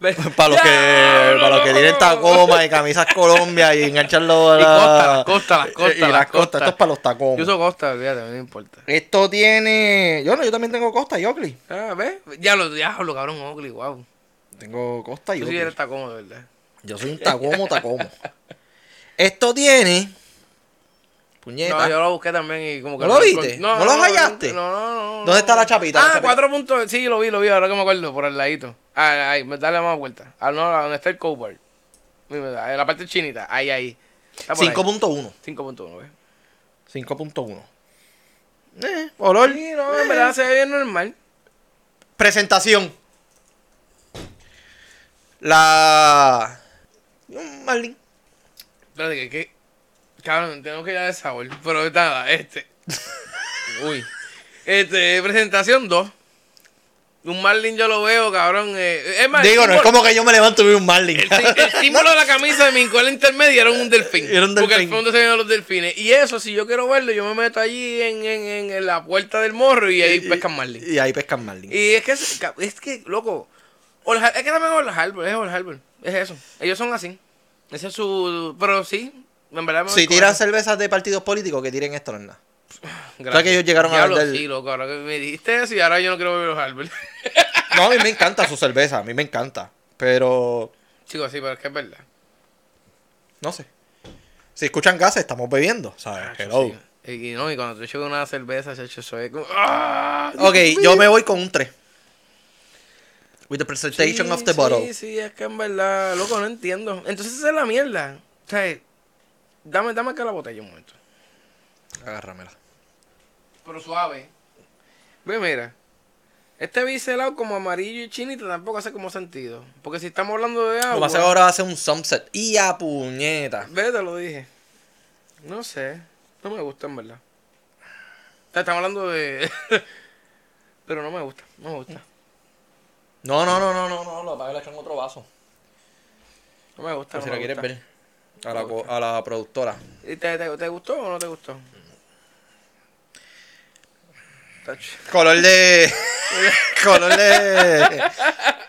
[SPEAKER 1] [laughs] Para los que,
[SPEAKER 2] Diablo,
[SPEAKER 1] para los que
[SPEAKER 2] no.
[SPEAKER 1] tienen tacomas y camisas Colombia y engancharlo a
[SPEAKER 2] Y
[SPEAKER 1] la.
[SPEAKER 2] costa, las costas, las costas,
[SPEAKER 1] Y
[SPEAKER 2] las
[SPEAKER 1] las costas.
[SPEAKER 2] costas.
[SPEAKER 1] Esto es para los
[SPEAKER 2] Yo
[SPEAKER 1] tacomos.
[SPEAKER 2] uso costa, olvídate, no me importa.
[SPEAKER 1] Esto tiene. Yo no, yo también tengo costa y Oakley.
[SPEAKER 2] Ah, ¿ves? Ya lo diablo, cabrón, Oakley, wow.
[SPEAKER 1] Tengo costa y
[SPEAKER 2] Tú sí
[SPEAKER 1] Oakley.
[SPEAKER 2] eres tacomo, de verdad.
[SPEAKER 1] Yo soy un tacomo, tacomo. Esto tiene. Puñeta.
[SPEAKER 2] No, yo lo busqué también y como que...
[SPEAKER 1] ¿No lo viste?
[SPEAKER 2] No,
[SPEAKER 1] ¿No lo
[SPEAKER 2] no,
[SPEAKER 1] hallaste?
[SPEAKER 2] No, no, no.
[SPEAKER 1] ¿Dónde está la chapita? La
[SPEAKER 2] Ah,
[SPEAKER 1] chapita.
[SPEAKER 2] cuatro puntos. Sí, lo vi, lo vi, ahora que me acuerdo, por el ladito. Ah, ahí, me- dale más vuelta. Ah, no, donde está el cowboard. Mira, en la parte chinita, ahí, ahí. Está por ahí.
[SPEAKER 1] 5.1.
[SPEAKER 2] 5.1, ¿ves?
[SPEAKER 1] 5.1 Eh, olor.
[SPEAKER 2] Sí, no, en verdad se ve bien normal.
[SPEAKER 1] Presentación. La. Un Marlin.
[SPEAKER 2] Espérate, que, que... Cabrón, tengo que ir al sabor. Pero
[SPEAKER 1] [laughs]
[SPEAKER 2] nada, este. Uy. Este, presentación 2. Un Marlin yo lo veo, cabrón. eh, es más,
[SPEAKER 1] Digo, no es
[SPEAKER 2] símbolo-
[SPEAKER 1] como que yo me levanto y veo un Marlin.
[SPEAKER 2] El, sí-
[SPEAKER 1] [laughs]
[SPEAKER 2] el símbolo de la camisa de mi escuela intermedia era un delfín.
[SPEAKER 1] Era un
[SPEAKER 2] Porque al
[SPEAKER 1] delfín.
[SPEAKER 2] fondo se veían los delfines. Y eso, si yo quiero verlo, yo me meto allí en, en- en- en la puerta del morro y ahí pescan Marlin.
[SPEAKER 1] [laughs] Y ahí pescan Marlin.
[SPEAKER 2] Y es que, es es que loco, Old Har- es que también Old Harbor, es Old Harbor, es eso. Ellos son así. Ese es su... Pero sí, en verdad... me voy
[SPEAKER 1] Si
[SPEAKER 2] con
[SPEAKER 1] tiran
[SPEAKER 2] eso.
[SPEAKER 1] cervezas de partidos políticos, que tiren esto, no es nada.
[SPEAKER 2] Gracias.
[SPEAKER 1] ¿Sabes que ellos llegaron a
[SPEAKER 2] Diablo,
[SPEAKER 1] vender-
[SPEAKER 2] Sí, loco, ahora que me dijiste eso y ahora yo no quiero beber Old [laughs] Harbor.
[SPEAKER 1] No, a mí me encanta su cerveza, a mí me encanta. Pero.
[SPEAKER 2] Chicos, sí, pero es que es verdad.
[SPEAKER 1] No sé. Si escuchan gases, estamos bebiendo, ¿sabes?
[SPEAKER 2] Chacho,
[SPEAKER 1] Hello.
[SPEAKER 2] Ah, sí. Y, y no, y cuando te echas una cerveza, chacho, eso es como... ¡Ah!
[SPEAKER 1] Ok, yo me voy con un 3. With the presentation
[SPEAKER 2] Sí,
[SPEAKER 1] of the
[SPEAKER 2] sí,
[SPEAKER 1] bottle.
[SPEAKER 2] Sí, es que en verdad, loco, no entiendo. Entonces esa es la mierda. O sea, dame, dame acá la botella un momento.
[SPEAKER 1] Agárramela.
[SPEAKER 2] Pero suave. Ve, mira. Este biselado como amarillo y chinita tampoco hace como sentido. Porque si estamos hablando de agua...
[SPEAKER 1] Lo más ahora va a ser un sunset. Y a puñeta.
[SPEAKER 2] Ve, te lo dije. No sé. No me gusta, en verdad. O sea, estamos hablando de... [laughs] Pero no me gusta, no me gusta.
[SPEAKER 1] No, no, no, no, no, no. Lo apaga y le echan otro vaso.
[SPEAKER 2] No me
[SPEAKER 1] Por
[SPEAKER 2] gusta. no
[SPEAKER 1] si
[SPEAKER 2] me
[SPEAKER 1] lo quieres
[SPEAKER 2] gusta.
[SPEAKER 1] ver. A la, co- a la productora.
[SPEAKER 2] ¿Y te, te, te gustó o no te gustó? Tacho.
[SPEAKER 1] Color de. [laughs] color de.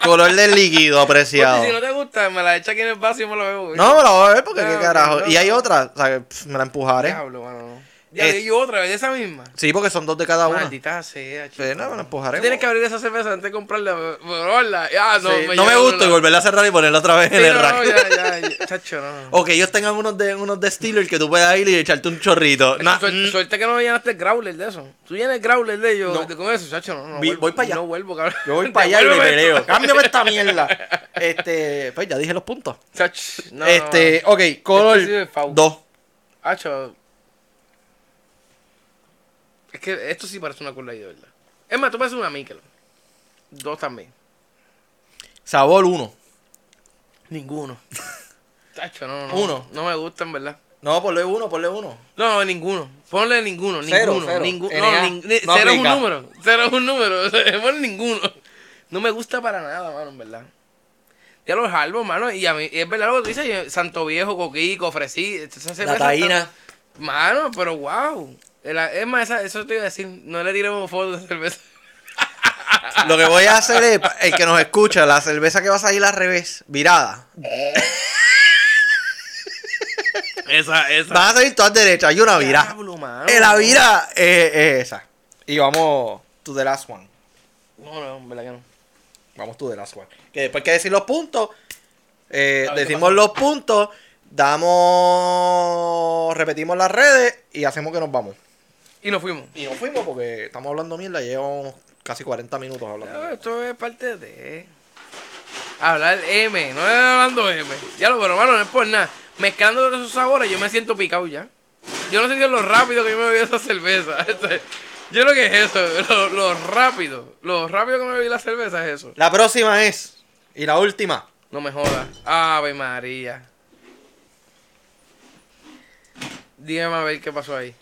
[SPEAKER 1] color de líquido apreciado.
[SPEAKER 2] Porque si no te gusta, me la echa aquí en el vaso y yo me la bebo.
[SPEAKER 1] No, eh. me la voy a ver porque
[SPEAKER 2] No,
[SPEAKER 1] qué carajo.
[SPEAKER 2] no,
[SPEAKER 1] y hay
[SPEAKER 2] no.
[SPEAKER 1] otra. O sea, que, pff, me la empujaré.
[SPEAKER 2] Diablo, mano, no. Ya,
[SPEAKER 1] Es- Ah,
[SPEAKER 2] y otra vez, esa misma.
[SPEAKER 1] Sí, porque son dos de cada una.
[SPEAKER 2] Maldita sea, chico.
[SPEAKER 1] Pero no, me la
[SPEAKER 2] Tú
[SPEAKER 1] empujaré.
[SPEAKER 2] tienes que abrir esa cerveza antes de comprarla, probarla. Ah, no,
[SPEAKER 1] Sí, no
[SPEAKER 2] llevo
[SPEAKER 1] me gusta y
[SPEAKER 2] una-
[SPEAKER 1] volverla a cerrar y ponerla otra vez
[SPEAKER 2] Sí,
[SPEAKER 1] en el
[SPEAKER 2] no,
[SPEAKER 1] rack. Oh,
[SPEAKER 2] no,
[SPEAKER 1] [laughs]
[SPEAKER 2] ya, ya, ya, chacho, no.
[SPEAKER 1] O que ellos tengan unos de unos de Steeler que tú puedas ir y echarte un chorrito.
[SPEAKER 2] Chacho,
[SPEAKER 1] Na-
[SPEAKER 2] suel-
[SPEAKER 1] mm,
[SPEAKER 2] suerte que no llenaste el growler de eso. Tú llenas el growler de ellos
[SPEAKER 1] No.
[SPEAKER 2] de- con eso, chacho. No, no
[SPEAKER 1] Vi-
[SPEAKER 2] vuelvo,
[SPEAKER 1] voy pa' allá.
[SPEAKER 2] No vuelvo, cabrón.
[SPEAKER 1] yo
[SPEAKER 2] [laughs]
[SPEAKER 1] voy para allá y me
[SPEAKER 2] Devuélveme esto.
[SPEAKER 1] peleo. Cámbiame esta mierda. Este, pues ya dije los puntos.
[SPEAKER 2] Chacho, no,
[SPEAKER 1] este, ok, color
[SPEAKER 2] Este sí es foul.
[SPEAKER 1] 2.
[SPEAKER 2] no. Hacho. Es que esto sí parece una cola de verdad. Es más, tú pareces una Mikel. Dos también.
[SPEAKER 1] Sabor 1.
[SPEAKER 2] [laughs] Ninguno. Tacho, no, no.
[SPEAKER 1] Uno.
[SPEAKER 2] No me gustan, ¿verdad?
[SPEAKER 1] No, ponle 1, ponle 1.
[SPEAKER 2] No, no, ninguno. Ponle ninguno,
[SPEAKER 1] Cero,
[SPEAKER 2] ninguno.
[SPEAKER 1] cero.
[SPEAKER 2] ningu-
[SPEAKER 1] NA,
[SPEAKER 2] no, nin- ni-
[SPEAKER 1] no
[SPEAKER 2] cero es un
[SPEAKER 1] aplica.
[SPEAKER 2] número. Cero es un número. [laughs] Ponle ninguno. No me gusta para nada, mano, en verdad. Ya los albos, mano. Y a mí, y es verdad lo que tú dices, yo- Santo Viejo, Coquico, Fresí. esas cervezas
[SPEAKER 1] La taína.
[SPEAKER 2] están- Mano, pero wow. La- Es más, esa- eso te iba a decir. No le tiremos fotos de cerveza.
[SPEAKER 1] Lo que voy a hacer es, pa- el que nos escucha, la cerveza que va a salir al revés, virada.
[SPEAKER 2] Esa, [laughs] esa.
[SPEAKER 1] Van a salir todas derechas. Hay una virada.
[SPEAKER 2] Diablo, mano.
[SPEAKER 1] Eh, La vira eh, es esa. Y vamos to the last one.
[SPEAKER 2] No, no, en verdad que no.
[SPEAKER 1] Vamos tú de last one. Que después que decir los puntos, eh,
[SPEAKER 3] A ver, ¿qué
[SPEAKER 1] decimos
[SPEAKER 3] pasó?
[SPEAKER 1] los puntos, damos, repetimos las redes y hacemos que nos vamos.
[SPEAKER 2] Y nos fuimos.
[SPEAKER 1] Y nos fuimos porque estamos hablando mierda, llevamos casi 40 minutos hablando.
[SPEAKER 2] No, esto es parte de. Hablar M, no es hablando M. Ya lo, pero hermano, no es por nada. Mezclando todos esos sabores, yo me siento picado ya. Yo no sé si es lo rápido que yo me bebí esa cerveza. [laughs] Este, Yo creo que es eso, lo, lo rápido. Lo rápido que me bebí la cerveza es eso.
[SPEAKER 1] La próxima es, y la última,
[SPEAKER 2] No me jodas. Ave María. Dígame a ver qué pasó ahí.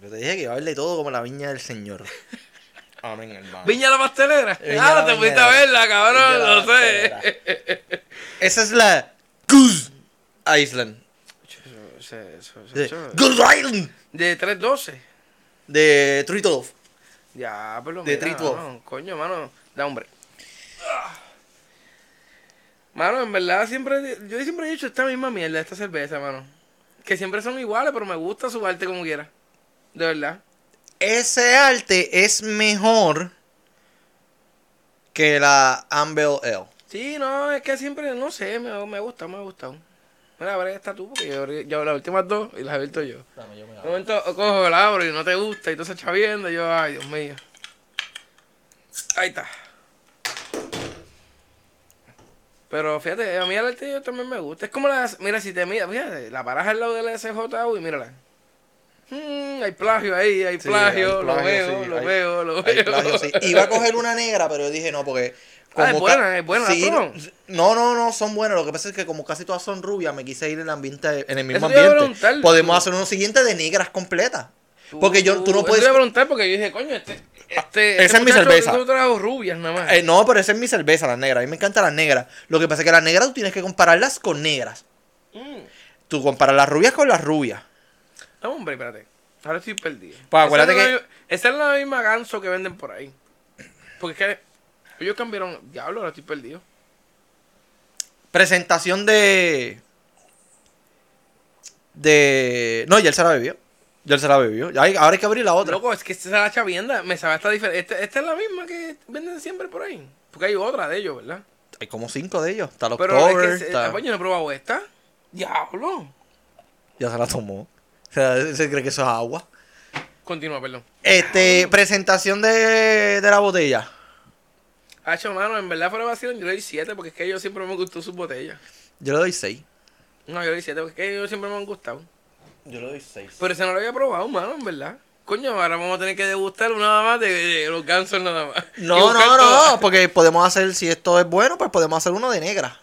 [SPEAKER 1] yo te dije que iba a verle todo como la viña
[SPEAKER 3] [laughs]
[SPEAKER 1] del Señor. Amén, hermano.
[SPEAKER 2] Viña la pastelera.
[SPEAKER 1] Viña
[SPEAKER 2] ah,
[SPEAKER 1] la
[SPEAKER 2] no te fuiste
[SPEAKER 1] Bañera.
[SPEAKER 2] a verla,
[SPEAKER 1] Viña
[SPEAKER 2] cabrón.
[SPEAKER 1] la
[SPEAKER 2] No sé.
[SPEAKER 1] Esa es la Goose Island.
[SPEAKER 2] Eso- eso- eso-
[SPEAKER 1] De,
[SPEAKER 2] eso-
[SPEAKER 1] Goose Island
[SPEAKER 2] De 312.
[SPEAKER 1] de Tritov.
[SPEAKER 2] Ya, pero
[SPEAKER 1] De
[SPEAKER 2] mira,
[SPEAKER 1] Tritwolf.
[SPEAKER 2] mano, coño, mano, da hombre. Mano, en verdad siempre yo siempre he dicho esta misma mierda, esta cerveza, mano. Que siempre son iguales, pero me gusta su arte como quiera. De verdad.
[SPEAKER 1] Ese arte es mejor que la Amber L.
[SPEAKER 2] Sí, no, es que siempre, no sé, me, me gusta, me ha gustado. Mira, abre esta tú, porque yo, yo las últimas dos y las he abierto yo. De momento oh, cojo, la abro y no te gusta, y tú se echa viendo, y yo, ay, Dios mío. Ahí está. Pero fíjate, a mí el arte yo también me gusta. Es como las. Mira, si te mira, fíjate, la paraja al lado del SJU y mírala. Mm, hay plagio ahí, hay
[SPEAKER 1] Sí,
[SPEAKER 2] plagio,
[SPEAKER 1] hay
[SPEAKER 2] lo
[SPEAKER 1] plagio,
[SPEAKER 2] veo,
[SPEAKER 1] sí,
[SPEAKER 2] lo
[SPEAKER 1] hay-
[SPEAKER 2] veo, lo
[SPEAKER 1] Ay,
[SPEAKER 2] [laughs] veo.
[SPEAKER 1] plagio, sí. Iba a coger una negra, pero yo dije no, porque.
[SPEAKER 2] Ah, es
[SPEAKER 1] ca-
[SPEAKER 2] buena, es buena,
[SPEAKER 1] sí,
[SPEAKER 2] ¿no?
[SPEAKER 1] no, no, no, son buenas. Lo que pasa es que como casi todas son rubias, me quise ir en el ambiente, en el mismo
[SPEAKER 2] Eso te iba a
[SPEAKER 1] ambiente.
[SPEAKER 2] preguntar,
[SPEAKER 1] Podemos
[SPEAKER 2] tú.
[SPEAKER 1] hacer uno siguiente de negras completas. Porque yo, tú no
[SPEAKER 2] eso
[SPEAKER 1] puedes. Ah,
[SPEAKER 2] Te iba a preguntar porque yo dije, coño, este. este
[SPEAKER 1] esa
[SPEAKER 2] este
[SPEAKER 1] es mi
[SPEAKER 2] muchacho,
[SPEAKER 1] cerveza.
[SPEAKER 2] Tú trajo rubias nada más.
[SPEAKER 1] Eh, no, pero esa es mi cerveza, la negra. A mí me encantan las negras. Lo que pasa es que las negras tú tienes que compararlas con negras.
[SPEAKER 2] Mm.
[SPEAKER 1] Tú comparas las rubias con las rubias.
[SPEAKER 2] No, Ah, hombre, espérate. Ahora estoy perdido.
[SPEAKER 1] Pues acuérdate
[SPEAKER 2] Esa es la
[SPEAKER 1] que-
[SPEAKER 2] mi- Esa es la misma ganso que venden por ahí. Porque es que ellos cambiaron. Diablo, ahora estoy perdido.
[SPEAKER 1] Presentación de. De. No, ya él se la bebió. Ya él se la bebió. Ya hay- ahora hay que abrir la otra.
[SPEAKER 2] Loco, es que esa es la chavienda. Me sabe esta diferente. Esta, esta es la misma que venden siempre por ahí. Porque hay otra de ellos, ¿verdad?
[SPEAKER 1] Hay como cinco de ellos. Está el
[SPEAKER 2] Pero
[SPEAKER 1] October,
[SPEAKER 2] es que. se-
[SPEAKER 1] está-
[SPEAKER 2] ah, pues, yo no he probado esta. Diablo.
[SPEAKER 1] Ya se la tomó. O sea, se cree que eso es agua.
[SPEAKER 2] Continúa, perdón.
[SPEAKER 1] Este, presentación de, de la botella.
[SPEAKER 2] Hacho, mano, en verdad fuera vacío, yo le doy 7 porque es que ellos siempre me gustó sus botellas.
[SPEAKER 1] Yo le doy seis.
[SPEAKER 2] No, yo le doy 7 porque es que ellos siempre me han gustado.
[SPEAKER 1] Yo le doy seis.
[SPEAKER 2] Pero ese no lo había probado, mano, en verdad. Coño, ahora vamos a tener que degustar una nada más de, de los gansos nada más. [laughs] Y
[SPEAKER 1] No,
[SPEAKER 2] buscar
[SPEAKER 1] no,
[SPEAKER 2] todas.
[SPEAKER 1] no. Porque podemos hacer, si esto es bueno, pues podemos hacer uno de negra.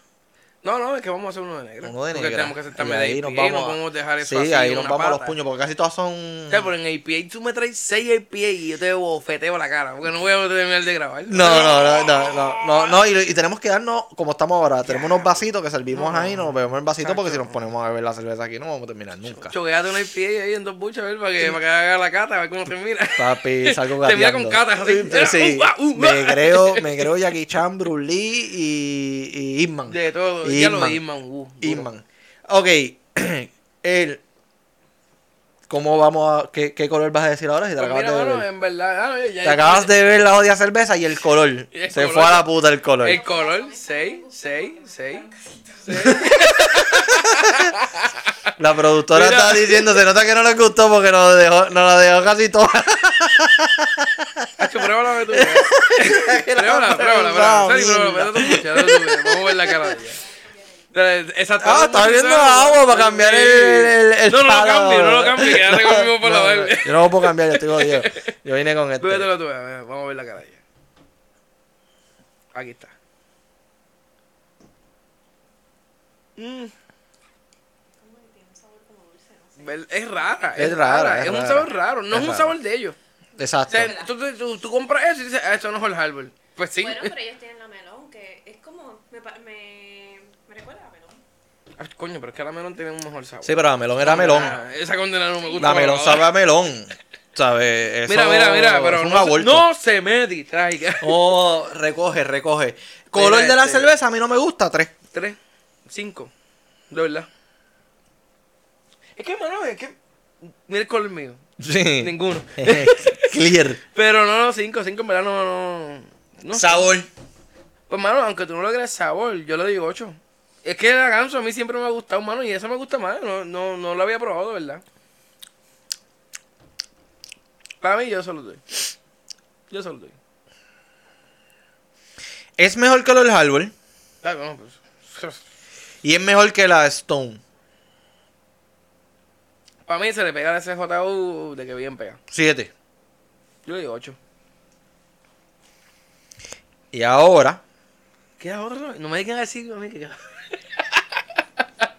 [SPEAKER 2] No, no, es que vamos a hacer uno de negro.
[SPEAKER 1] Uno de
[SPEAKER 2] Porque
[SPEAKER 1] negra.
[SPEAKER 2] tenemos que aceptarme
[SPEAKER 1] Y
[SPEAKER 2] de
[SPEAKER 1] ahí
[SPEAKER 2] IPA,
[SPEAKER 1] nos vamos.
[SPEAKER 2] no
[SPEAKER 1] a-
[SPEAKER 2] podemos dejar eso
[SPEAKER 1] sí,
[SPEAKER 2] así.
[SPEAKER 1] ahí
[SPEAKER 2] en
[SPEAKER 1] nos
[SPEAKER 2] una
[SPEAKER 1] vamos a los
[SPEAKER 2] pata.
[SPEAKER 1] puños, porque casi todas son.
[SPEAKER 2] O sea, pero en IPA tú me traes 6 IPA y yo te bofeteo la cara, porque no voy a terminar de grabar.
[SPEAKER 1] No, no, no, no, no, no, no, y, y tenemos que darnos como estamos ahora. Tenemos unos vasitos que servimos ahí, nos bebemos el vasito porque si nos ponemos a beber la cerveza aquí no vamos a terminar nunca.
[SPEAKER 2] Choqueate una IPA ahí en dos buchas, a ver, para que, para que haga la cata, a ver cómo termina. [laughs]
[SPEAKER 1] Papi, salgo
[SPEAKER 2] Te mira
[SPEAKER 1] gateando.
[SPEAKER 2] con catas así.
[SPEAKER 1] Sí, sí,
[SPEAKER 2] Uh, uh, uh.
[SPEAKER 1] me creo, me creo Jackie Chan, Bruce Lee y, y Inman.
[SPEAKER 2] De todo,
[SPEAKER 1] Y
[SPEAKER 2] ya lo
[SPEAKER 1] Inman.
[SPEAKER 2] de Inman. uh, duro.
[SPEAKER 1] Inman. Ok, [clears throat] el... ¿Cómo vamos a...? Qué, qué color vas a decir ahora si te
[SPEAKER 2] Pues
[SPEAKER 1] la
[SPEAKER 2] mira,
[SPEAKER 1] acabas de
[SPEAKER 2] mano,
[SPEAKER 1] beber?
[SPEAKER 2] en verdad, ah, no, ya-
[SPEAKER 1] Te acabas de beber la odia cerveza y el color.
[SPEAKER 2] [laughs] Y el
[SPEAKER 1] Se
[SPEAKER 2] color.
[SPEAKER 1] fue a la puta el color.
[SPEAKER 2] El color, 6, 6, 6.
[SPEAKER 1] La productora
[SPEAKER 2] Mira.
[SPEAKER 1] está diciendo, se nota que no les gustó porque nos, dejó, nos la dejó casi [laughs] toda.
[SPEAKER 2] Hacho, pruébala
[SPEAKER 1] [laughs]
[SPEAKER 2] tú. Pruébala, pruébala, pruébala. Sali, pruébala, pruébala tu muchacha, dale tu muchacha. Vamos a ver la cara de ella. Dale, Exacto.
[SPEAKER 1] Ah, está viendo agua para cambiar el, el, el
[SPEAKER 2] No, no lo
[SPEAKER 1] paladar.
[SPEAKER 2] cambie, no lo cambie, quédate con el mismo paladar.
[SPEAKER 1] no, yo no lo puedo cambiar, yo estoy jodido. Yo vine con este.
[SPEAKER 2] Bébetelo tú, bebé, vamos a ver la cara de ella. Aquí está. Mm. Vel- Es rara,
[SPEAKER 1] Es rara, es
[SPEAKER 2] es, un
[SPEAKER 1] rara.
[SPEAKER 2] sabor raro, no
[SPEAKER 1] Es
[SPEAKER 2] es, un
[SPEAKER 1] rara.
[SPEAKER 2] sabor de ellos. O
[SPEAKER 1] Exacto.
[SPEAKER 2] sea, tú, tú- tú- tú compras eso y dices, ah, esto no es el Harbor. Pues sí. [laughs]
[SPEAKER 4] Bueno, pero ellos tienen la melón, que es como. Me, pa- me, me recuerda a melón.
[SPEAKER 2] Ay, Ah, coño, pero es que la melón tiene un mejor sabor.
[SPEAKER 1] Sí, pero la melón era melón.
[SPEAKER 2] Ah, esa condena no me gusta.
[SPEAKER 1] La melón sabe a melón. ¿Sabes? Eso
[SPEAKER 2] Mira, mira, mira, pero
[SPEAKER 1] es un
[SPEAKER 2] no, se,
[SPEAKER 1] aborto.
[SPEAKER 2] no se me distraiga. [laughs]
[SPEAKER 1] Oh, recoge, recoge. Color
[SPEAKER 2] Mira
[SPEAKER 1] de la
[SPEAKER 2] este.
[SPEAKER 1] cerveza a mí no me gusta, tres.
[SPEAKER 2] Tres, cinco, de verdad. Es que, hermano, es que. Mira el color mío.
[SPEAKER 1] Sí.
[SPEAKER 2] Ninguno.
[SPEAKER 1] [laughs] Clear.
[SPEAKER 2] Pero no, no, cinco, cinco en verdad no. no, no sé.
[SPEAKER 1] Sabor.
[SPEAKER 2] Pues, mano, aunque tú no logres el sabor, yo le digo 8. Es que la ganso a mí siempre me ha gustado, mano, y eso me gusta más. No, no, no lo había probado, de verdad. Para mí, yo solo doy. Yo solo doy.
[SPEAKER 1] Es mejor que los Harbor
[SPEAKER 2] Ay, bueno, pues.
[SPEAKER 1] y es mejor que la Stone.
[SPEAKER 2] Para mí se le pega a ese JU de que bien pega.
[SPEAKER 1] 7.
[SPEAKER 2] Yo le digo 8.
[SPEAKER 1] Y ahora,
[SPEAKER 2] Queda otro. No me digan así a mí
[SPEAKER 1] [laughs]
[SPEAKER 2] que queda.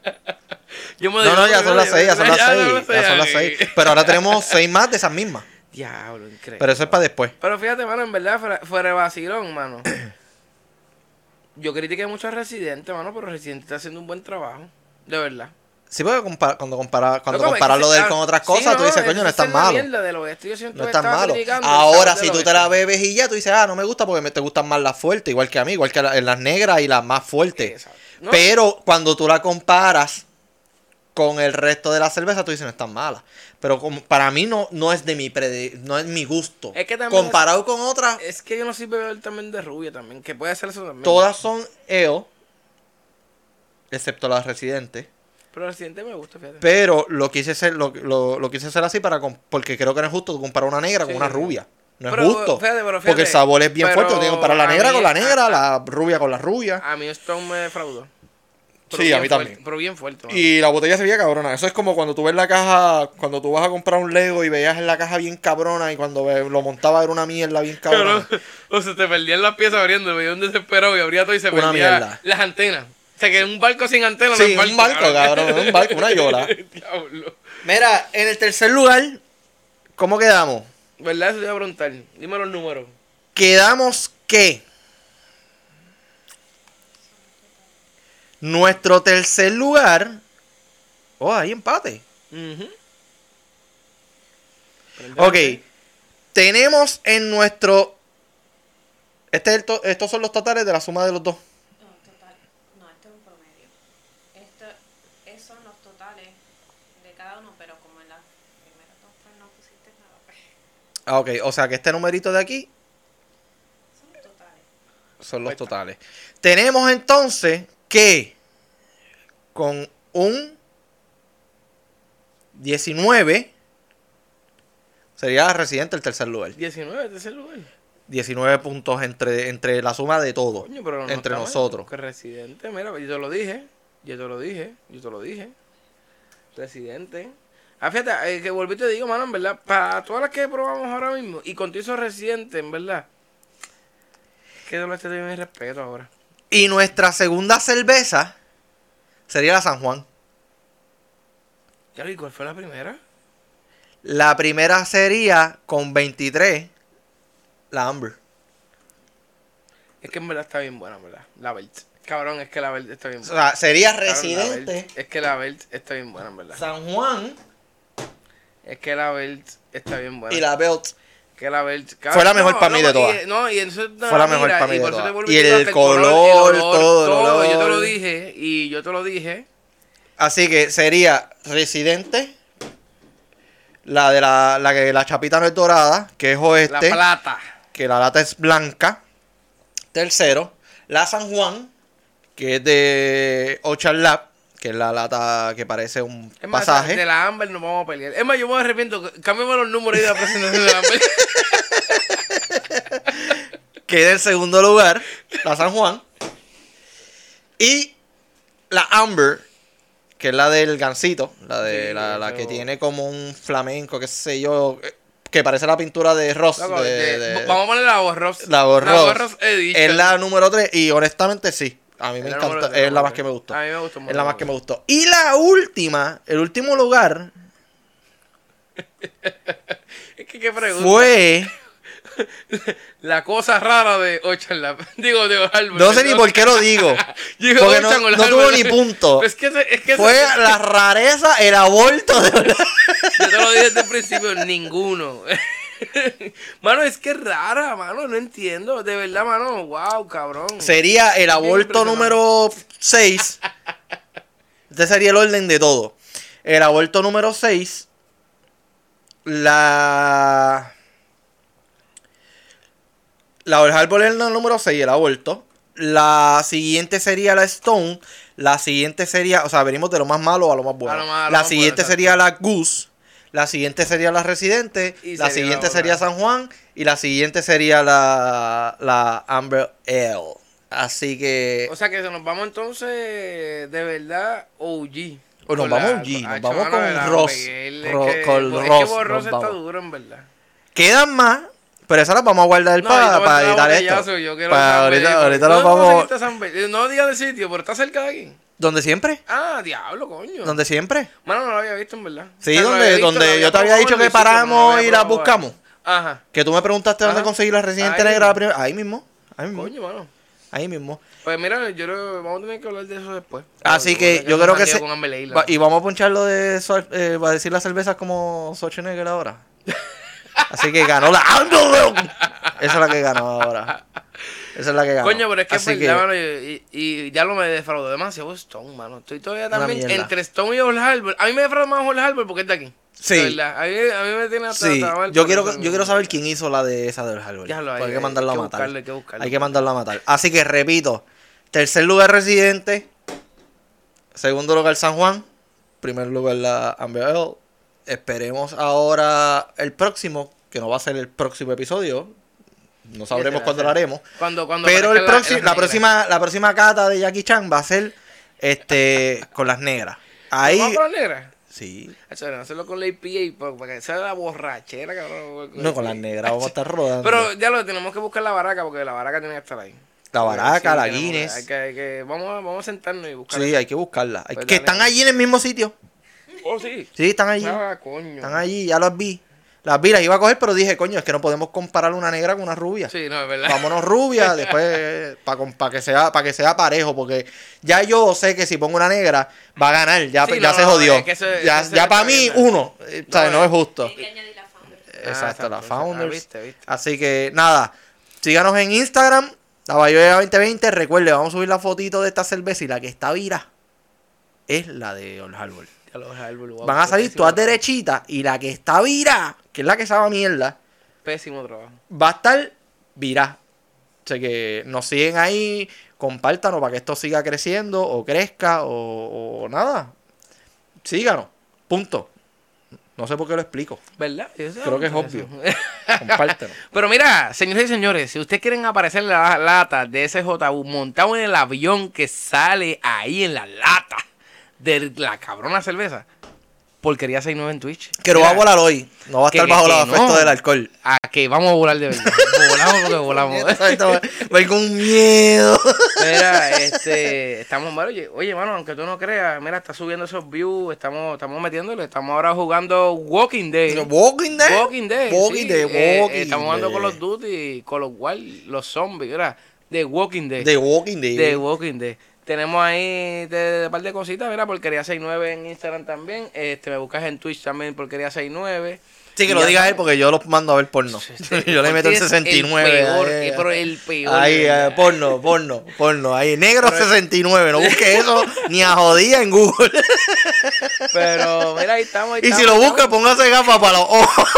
[SPEAKER 2] Pues Yo me
[SPEAKER 1] No, no, ya
[SPEAKER 2] yo
[SPEAKER 1] son
[SPEAKER 2] me-
[SPEAKER 1] las 6, ya
[SPEAKER 2] [laughs]
[SPEAKER 1] son las 6. Ya son las
[SPEAKER 2] ok.
[SPEAKER 1] 6. Pero ahora tenemos 6 más de esas mismas.
[SPEAKER 2] Diablo, increíble.
[SPEAKER 1] Pero eso es para después.
[SPEAKER 2] Pero fíjate, mano, en verdad, fuera, fuera de
[SPEAKER 1] [coughs]
[SPEAKER 2] vacilón, mano. Yo critiqué mucho a Residente, mano, pero Residente está haciendo un buen trabajo. De verdad.
[SPEAKER 1] Sí, porque compara- cuando compara, cuando
[SPEAKER 2] Loco,
[SPEAKER 1] comparas
[SPEAKER 2] es que
[SPEAKER 1] lo
[SPEAKER 2] se-
[SPEAKER 1] de él con
[SPEAKER 2] ah,
[SPEAKER 1] otras
[SPEAKER 2] sí,
[SPEAKER 1] cosas, tú dices,
[SPEAKER 2] es que
[SPEAKER 1] coño, no es
[SPEAKER 2] esa
[SPEAKER 1] tan
[SPEAKER 2] es la
[SPEAKER 1] malo.
[SPEAKER 2] mierda de lo que estoy- yo siempre
[SPEAKER 1] No es tan
[SPEAKER 2] estaba
[SPEAKER 1] malo.
[SPEAKER 2] criticando,
[SPEAKER 1] Ahora,
[SPEAKER 2] estaba
[SPEAKER 1] si
[SPEAKER 2] de
[SPEAKER 1] tú
[SPEAKER 2] lo
[SPEAKER 1] te la
[SPEAKER 2] bestia.
[SPEAKER 1] bebes y ya, tú dices, ah, no me gusta porque me te gustan más las fuertes, igual que a mí, igual que la- en las negras y las más fuertes.
[SPEAKER 2] Exacto. No,
[SPEAKER 1] Pero cuando tú la comparas con el resto de la cerveza, tú dices, no es tan mala. Pero como- para mí no, no es de mi prede- no es mi gusto.
[SPEAKER 2] Es Eh, que también
[SPEAKER 1] Comparado con otras,
[SPEAKER 2] Es que yo no soy bebedor también de rubia también, que puede ser eso también.
[SPEAKER 1] todas son EO, excepto las residentes.
[SPEAKER 2] Pero Residente me gusta, fíjate.
[SPEAKER 1] Pero lo quise hacer, lo, lo- lo quise hacer así para com- porque creo que no es justo tú comparar una negra
[SPEAKER 2] Sí,
[SPEAKER 1] con una
[SPEAKER 2] sí.
[SPEAKER 1] rubia. No
[SPEAKER 2] Pero,
[SPEAKER 1] es justo.
[SPEAKER 2] fíjate, pero
[SPEAKER 1] porque
[SPEAKER 2] fíjate,
[SPEAKER 1] el sabor es bien
[SPEAKER 2] pero
[SPEAKER 1] fuerte. Tú tienes que comparar la
[SPEAKER 2] a
[SPEAKER 1] negra
[SPEAKER 2] mí-
[SPEAKER 1] con la negra,
[SPEAKER 2] a-
[SPEAKER 1] la rubia con la rubia.
[SPEAKER 2] A mí Stone me fraudó. Pero
[SPEAKER 1] Sí, a
[SPEAKER 2] bien
[SPEAKER 1] mí
[SPEAKER 2] fuerte,
[SPEAKER 1] también.
[SPEAKER 2] Pero bien fuerte. mano.
[SPEAKER 1] Y la botella se veía cabrona. Eso es como cuando tú ves la caja, cuando tú vas a comprar un Lego y veías en la caja bien cabrona y cuando ve- lo montaba era una mierda bien cabrona.
[SPEAKER 2] Pero, o sea, te perdían las piezas abriendo, me dio un desesperado y abría todo y se
[SPEAKER 1] Una
[SPEAKER 2] perdía
[SPEAKER 1] mierda.
[SPEAKER 2] las antenas. O sea, que un barco sin antenas
[SPEAKER 1] Sí, un barco, cabrón, un barco, una [laughs] yola.
[SPEAKER 2] [laughs] Diablo.
[SPEAKER 1] Mira, en el tercer lugar, ¿cómo quedamos?
[SPEAKER 2] ¿Verdad? Eso te iba a preguntar. Dime los números.
[SPEAKER 1] Quedamos que nuestro tercer lugar. Oh, hay empate.
[SPEAKER 2] Ujú.
[SPEAKER 1] Ok. Tenemos en nuestro. Este es el to- estos son los totales de la suma de los dos.
[SPEAKER 4] No, total. No, esto es un promedio. Esto, esos son los totales de cada uno, pero como en las primeras dos pues, no pusiste nada, pues
[SPEAKER 1] Ah, ok. O sea que este numerito de aquí
[SPEAKER 4] son totales.
[SPEAKER 1] son los
[SPEAKER 2] Ahí está.
[SPEAKER 1] totales. Tenemos entonces que con un 19 sería residente el tercer lugar.
[SPEAKER 2] 19, tercer lugar.
[SPEAKER 1] 19 puntos entre, entre la suma de todo.
[SPEAKER 2] Coño, pero no está
[SPEAKER 1] entre
[SPEAKER 2] mal,
[SPEAKER 1] nosotros.
[SPEAKER 2] Que Residente, mira, yo te lo dije. Yo te lo dije. Yo te lo dije. Residente. Ah, fíjate, eh, que volví y te digo, mano, en verdad, para todas las que probamos ahora mismo, y contigo esos Residente, en verdad, que no te doy mi respeto ahora.
[SPEAKER 1] Y nuestra segunda cerveza sería la San Juan.
[SPEAKER 2] Ya, ¿y cuál fue la primera?
[SPEAKER 1] La primera sería con 23, la Amber.
[SPEAKER 2] Es que en verdad está bien buena, en verdad. La Belt. Cabrón, es que la Belt está bien
[SPEAKER 1] O
[SPEAKER 2] buena.
[SPEAKER 1] sea, sería
[SPEAKER 2] Cabrón, la Belt-
[SPEAKER 1] Residente,
[SPEAKER 2] es que la Belt está bien buena, en verdad.
[SPEAKER 1] San Juan
[SPEAKER 2] Es que la Belt está bien buena.
[SPEAKER 1] y la Belt.
[SPEAKER 2] Que la Bel-
[SPEAKER 1] Fue la mejor
[SPEAKER 2] no,
[SPEAKER 1] pa' mí
[SPEAKER 2] no,
[SPEAKER 1] de
[SPEAKER 2] y- eh,
[SPEAKER 1] todas.
[SPEAKER 2] no, y entonces te
[SPEAKER 1] Fue la mejor
[SPEAKER 2] mira,
[SPEAKER 1] pa' mí
[SPEAKER 2] y
[SPEAKER 1] de
[SPEAKER 2] por eso te
[SPEAKER 1] todas.
[SPEAKER 2] volví
[SPEAKER 1] Y
[SPEAKER 2] a
[SPEAKER 1] el
[SPEAKER 2] decir, hasta
[SPEAKER 1] color, todo, el olor.
[SPEAKER 2] Yo te lo dije y yo te lo dije.
[SPEAKER 1] Así que sería Residente, la de la, la que la chapita no es dorada, que es
[SPEAKER 2] La
[SPEAKER 1] oeste,
[SPEAKER 2] plata.
[SPEAKER 1] que la lata es blanca. Tercero, la San Juan, que es de Ocean Lab, que es la lata que parece un
[SPEAKER 2] Es más,
[SPEAKER 1] pasaje.
[SPEAKER 2] de la Amber nos vamos a pelear. Es más, yo me arrepiento. Cambiemos los números y la presentación de
[SPEAKER 1] [laughs]
[SPEAKER 2] la Amber. [laughs]
[SPEAKER 1] Queda en segundo lugar la San Juan. Y la Amber, que es la del gancito, la de
[SPEAKER 2] Sí,
[SPEAKER 1] la, la
[SPEAKER 2] eso.
[SPEAKER 1] que tiene como un flamenco, qué sé yo, eh, que parece la pintura de Ross.
[SPEAKER 2] Loco,
[SPEAKER 1] de-
[SPEAKER 2] de-
[SPEAKER 1] de-
[SPEAKER 2] vamos a poner la Borros.
[SPEAKER 1] la Borros.
[SPEAKER 2] La Borros Edition.
[SPEAKER 1] Es la número 3 y honestamente sí. A mí me
[SPEAKER 2] Es la
[SPEAKER 1] encanta,
[SPEAKER 2] número tres,
[SPEAKER 1] es la más
[SPEAKER 2] número
[SPEAKER 1] que me
[SPEAKER 2] tres.
[SPEAKER 1] gustó.
[SPEAKER 2] A mí me gustó mucho,
[SPEAKER 1] Es la más
[SPEAKER 2] mucho.
[SPEAKER 1] que me gustó. Y la última, el último lugar
[SPEAKER 2] Es que qué pregunta.
[SPEAKER 1] fue...
[SPEAKER 2] [laughs] La cosa rara de Ocean Lab. [laughs] Digo, de Amber.
[SPEAKER 1] No sé ni por qué lo
[SPEAKER 2] [laughs]
[SPEAKER 1] digo.
[SPEAKER 2] Digo,
[SPEAKER 1] porque no,
[SPEAKER 2] Ocean o la
[SPEAKER 1] no tuvo
[SPEAKER 2] Amber.
[SPEAKER 1] ni punto.
[SPEAKER 2] Es que, [laughs] ese- es que ese-
[SPEAKER 1] Fue la rareza, el aborto de
[SPEAKER 2] Yo te lo dije desde el principio, ninguno. [laughs] mano, es que es rara, mano, no entiendo. De verdad, mano, wow, cabrón.
[SPEAKER 1] [laughs] Sería el aborto
[SPEAKER 2] impresionante.
[SPEAKER 1] número 6. Este sería el orden de todo. El aborto número 6. La. La Old Harbor es el número 6, el aborto. La siguiente sería la Stone. La siguiente sería, o sea, venimos de lo más malo a lo más bueno.
[SPEAKER 2] A lo más- a lo
[SPEAKER 1] la
[SPEAKER 2] más
[SPEAKER 1] siguiente
[SPEAKER 2] bueno,
[SPEAKER 1] sería la Goose. La siguiente sería la Residente.
[SPEAKER 2] Y
[SPEAKER 1] la
[SPEAKER 2] sería
[SPEAKER 1] siguiente
[SPEAKER 2] la
[SPEAKER 1] sería
[SPEAKER 2] otra.
[SPEAKER 1] San Juan. Y la siguiente sería la, la Amber Ale. Así que
[SPEAKER 2] O sea que nos vamos entonces de verdad OG.
[SPEAKER 1] O nos
[SPEAKER 2] Con
[SPEAKER 1] vamos
[SPEAKER 2] la-
[SPEAKER 1] OG, nos
[SPEAKER 2] Hacho,
[SPEAKER 1] vamos
[SPEAKER 2] mano,
[SPEAKER 1] con
[SPEAKER 2] de la
[SPEAKER 1] Ross,
[SPEAKER 2] Miguel, es
[SPEAKER 1] Ro-
[SPEAKER 2] que-
[SPEAKER 1] con
[SPEAKER 2] es que
[SPEAKER 1] Ross
[SPEAKER 2] vos
[SPEAKER 1] nos
[SPEAKER 2] está
[SPEAKER 1] vamos.
[SPEAKER 2] duro, en verdad.
[SPEAKER 1] quedan más. Pero esas las vamos a guardar
[SPEAKER 2] No,
[SPEAKER 1] para,
[SPEAKER 2] ahorita voy a
[SPEAKER 1] para editar
[SPEAKER 2] entrar a
[SPEAKER 1] esto.
[SPEAKER 2] botellazo, yo quiero
[SPEAKER 1] Para
[SPEAKER 2] San
[SPEAKER 1] ahorita
[SPEAKER 2] Benito.
[SPEAKER 1] ahorita nos
[SPEAKER 2] ¿Dónde
[SPEAKER 1] vamos.
[SPEAKER 2] conseguiste San Benito? No diga del sitio, pero está cerca de aquí.
[SPEAKER 1] ¿Donde siempre?
[SPEAKER 2] Ah, diablo, coño.
[SPEAKER 1] ¿Donde siempre?
[SPEAKER 2] Mano, no lo había visto, en verdad.
[SPEAKER 1] Sí,
[SPEAKER 2] O sea, lo
[SPEAKER 1] donde-
[SPEAKER 2] había visto,
[SPEAKER 1] donde
[SPEAKER 2] lo había
[SPEAKER 1] yo te había
[SPEAKER 2] probado
[SPEAKER 1] dicho
[SPEAKER 2] en
[SPEAKER 1] que
[SPEAKER 2] el sitio, pero no
[SPEAKER 1] paramos
[SPEAKER 2] lo había
[SPEAKER 1] y la
[SPEAKER 2] probado.
[SPEAKER 1] buscamos.
[SPEAKER 2] Ajá.
[SPEAKER 1] Que tú me preguntaste dónde
[SPEAKER 2] eh. Ajá.
[SPEAKER 1] conseguí la Residente
[SPEAKER 2] Ahí
[SPEAKER 1] Negra la
[SPEAKER 2] mismo.
[SPEAKER 1] primera. Ahí mismo. Ahí mismo.
[SPEAKER 2] Coño, mano.
[SPEAKER 1] Ahí mismo.
[SPEAKER 2] Pues mira, yo creo- vamos a tener que hablar de eso después.
[SPEAKER 1] Así
[SPEAKER 2] Porque
[SPEAKER 1] Ah, que
[SPEAKER 2] bueno,
[SPEAKER 1] yo
[SPEAKER 2] eso
[SPEAKER 1] creo que
[SPEAKER 2] salió
[SPEAKER 1] se...
[SPEAKER 2] con Amber Island.
[SPEAKER 1] va- y vamos a ponchar lo de Sor- eh, va a decir las cervezas como Schwarzenegger
[SPEAKER 2] [laughs]
[SPEAKER 1] ahora. Así que ganó la Underdog. Esa es la que ganó ahora. Esa es la que ganó.
[SPEAKER 2] Coño, pero es que es
[SPEAKER 1] Así
[SPEAKER 2] verdad, mano, y, y- y ya lo me defraudó demasiado Stone, mano. Estoy todavía
[SPEAKER 1] Una
[SPEAKER 2] también
[SPEAKER 1] mierda.
[SPEAKER 2] entre Stone y Old Harbor. A mí me defraudó más Old Harbor porque es de aquí.
[SPEAKER 1] Sí.
[SPEAKER 2] De verdad. A mí, a mí me tiene hasta
[SPEAKER 1] Sí,
[SPEAKER 2] hasta mal
[SPEAKER 1] yo
[SPEAKER 2] por
[SPEAKER 1] quiero,
[SPEAKER 2] eso
[SPEAKER 1] yo
[SPEAKER 2] mismo.
[SPEAKER 1] quiero saber quién hizo la de esa del Halloween.
[SPEAKER 2] Ya lo hay,
[SPEAKER 1] hay que
[SPEAKER 2] hay-
[SPEAKER 1] mandarla a
[SPEAKER 2] hay que
[SPEAKER 1] matar.
[SPEAKER 2] buscarlo, hay que buscarlo.
[SPEAKER 1] Hay que mandarla a matar. Así que repito: tercer lugar Residente, segundo lugar San Juan, primer lugar la Amber Heard. Esperemos ahora el próximo, que no va a ser el próximo episodio. No sabremos
[SPEAKER 2] será?
[SPEAKER 1] cuándo lo haremos.
[SPEAKER 2] Cuando, cuando
[SPEAKER 1] Pero el
[SPEAKER 2] aparezca
[SPEAKER 1] próximo, la,
[SPEAKER 2] negra.
[SPEAKER 1] próxima, la próxima cata de Jackie Chan va a ser este con las negras.
[SPEAKER 2] ¿Vamos
[SPEAKER 1] Ahí.
[SPEAKER 2] con la negra?
[SPEAKER 1] Sí.
[SPEAKER 2] Eso era, hacerlo con la IPA pa- para que sea la borrachera, cabrón.
[SPEAKER 1] No, con las negras vamos a estar rodando.
[SPEAKER 2] Pero ya lo tenemos que buscar la baraca porque la baraca tiene que estar ahí.
[SPEAKER 1] La baraca, la
[SPEAKER 2] tenemos que-
[SPEAKER 1] Guinness.
[SPEAKER 2] hay que- hay que- vamos, a, vamos a sentarnos y buscar.
[SPEAKER 1] Sí, hay que buscarla. Hay-
[SPEAKER 2] Pues
[SPEAKER 1] que
[SPEAKER 2] dale.
[SPEAKER 1] están allí en el mismo sitio.
[SPEAKER 2] Oh, sí.
[SPEAKER 1] Sí, están allí.
[SPEAKER 2] Ah, coño.
[SPEAKER 1] Están allí, ya las vi. Las vi, las iba a coger, pero dije, coño, es que no podemos comparar una negra con una rubia.
[SPEAKER 2] Sí, no, es verdad. Ah,
[SPEAKER 1] Vámonos
[SPEAKER 2] [laughs]
[SPEAKER 1] rubia, después para que sea para que sea parejo, porque ya yo sé que si pongo una negra va a ganar, ya,
[SPEAKER 2] Sí,
[SPEAKER 1] ya
[SPEAKER 2] no,
[SPEAKER 1] se
[SPEAKER 2] no,
[SPEAKER 1] jodió.
[SPEAKER 2] es que eso-
[SPEAKER 1] ya
[SPEAKER 2] eso se
[SPEAKER 1] ya
[SPEAKER 2] está
[SPEAKER 1] para mí
[SPEAKER 2] viendo.
[SPEAKER 1] uno, eh, o sea,
[SPEAKER 2] No,
[SPEAKER 1] no,
[SPEAKER 2] eh.
[SPEAKER 1] es justo.
[SPEAKER 4] Hay que añadir la founder.
[SPEAKER 1] Exacto, la
[SPEAKER 2] exacto.
[SPEAKER 1] Founders.
[SPEAKER 2] Ah, viste, viste.
[SPEAKER 1] Así que nada, síganos en Instagram, la Bayoya 2020. Recuerde, vamos a subir la fotito de esta cerveza y la que está vira es la de Old Harbor.
[SPEAKER 2] Ya lo dejé al bulbo.
[SPEAKER 1] Van a salir
[SPEAKER 2] Pésimo
[SPEAKER 1] todas
[SPEAKER 2] trabajo.
[SPEAKER 1] derechitas y la que está vira, que es la que sabe a mierda,
[SPEAKER 2] Pésimo trabajo.
[SPEAKER 1] va a estar vira. Así que nos siguen ahí, compártanos para que esto siga creciendo o crezca o, o nada. Síganos, punto. No sé por qué lo [laughs] explico.
[SPEAKER 2] ¿Verdad? Yo sé,
[SPEAKER 1] Creo que es
[SPEAKER 2] eso. [laughs]
[SPEAKER 1] obvio. Compártanos.
[SPEAKER 2] Pero mira, señores y señores, si ustedes quieren aparecer en la lata de ese JU montado en el avión que sale ahí en la lata de la cabrona cerveza, porquería 69 en Twitch.
[SPEAKER 1] Que no va
[SPEAKER 2] Mira,
[SPEAKER 1] a volar hoy. No va a
[SPEAKER 2] Que-
[SPEAKER 1] estar bajo
[SPEAKER 2] que
[SPEAKER 1] la
[SPEAKER 2] no.
[SPEAKER 1] afecto del alcohol.
[SPEAKER 2] Ah, que vamos a volar de verdad. volamos porque volamos.
[SPEAKER 1] Voy con miedo.
[SPEAKER 2] [laughs] Mira, este, estamos, bueno, oye, oye, mano, aunque tú no creas, mira, está subiendo esos views, estamos, estamos metiéndole, estamos ahora jugando Walking Dead.
[SPEAKER 1] Walking Dead.
[SPEAKER 2] Walking Dead.
[SPEAKER 1] Walking
[SPEAKER 2] sí.
[SPEAKER 1] Dead.
[SPEAKER 2] Eh,
[SPEAKER 1] Walking
[SPEAKER 2] eh, estamos jugando
[SPEAKER 1] Dead.
[SPEAKER 2] con los Duty, con los Wild, los zombies, ¿verdad? De Walking Dead.
[SPEAKER 1] De Walking Dead.
[SPEAKER 2] De Walking Dead. Tenemos ahí de, de- de par de cositas, mira, porquería 69 en Instagram también. Este, me buscas en Twitch también, porquería 69.
[SPEAKER 1] sí, que lo
[SPEAKER 2] Ya
[SPEAKER 1] diga
[SPEAKER 2] no-
[SPEAKER 1] él porque yo los mando a ver porno. [laughs] yo le meto el
[SPEAKER 2] Este es
[SPEAKER 1] 69.
[SPEAKER 2] El peor,
[SPEAKER 1] ahí.
[SPEAKER 2] eh, pero el peor.
[SPEAKER 1] Ahí,
[SPEAKER 2] de
[SPEAKER 1] eh,
[SPEAKER 2] verdad.
[SPEAKER 1] porno, porno, porno. Ahí, negro 69. No busque eso ni a jodía en
[SPEAKER 2] [laughs]
[SPEAKER 1] Google.
[SPEAKER 2] Pero mira, ahí estamos. ahí
[SPEAKER 1] Y si
[SPEAKER 2] estamos,
[SPEAKER 1] lo
[SPEAKER 2] ahí
[SPEAKER 1] busca,
[SPEAKER 2] estamos.
[SPEAKER 1] póngase gafas para los ojos.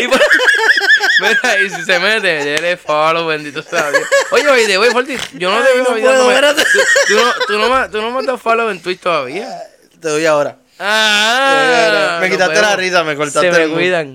[SPEAKER 2] Y por- Mira, y si se mete, dele follow, bendito sea Dios. Oye, oye, de wey, Forti, yo no
[SPEAKER 1] Ay,
[SPEAKER 2] te vi
[SPEAKER 1] no
[SPEAKER 2] hoy dándome-
[SPEAKER 1] puedo, espérate.
[SPEAKER 2] tú, tú no, tú, no me, tú no me has dado follow en Twitch todavía.
[SPEAKER 1] Te doy ahora.
[SPEAKER 2] Ah,
[SPEAKER 1] Me
[SPEAKER 2] nos
[SPEAKER 1] quitaste la
[SPEAKER 2] Ah, vemos.
[SPEAKER 1] risa, me cortaste
[SPEAKER 2] Se me
[SPEAKER 1] el mood.
[SPEAKER 2] cuidan.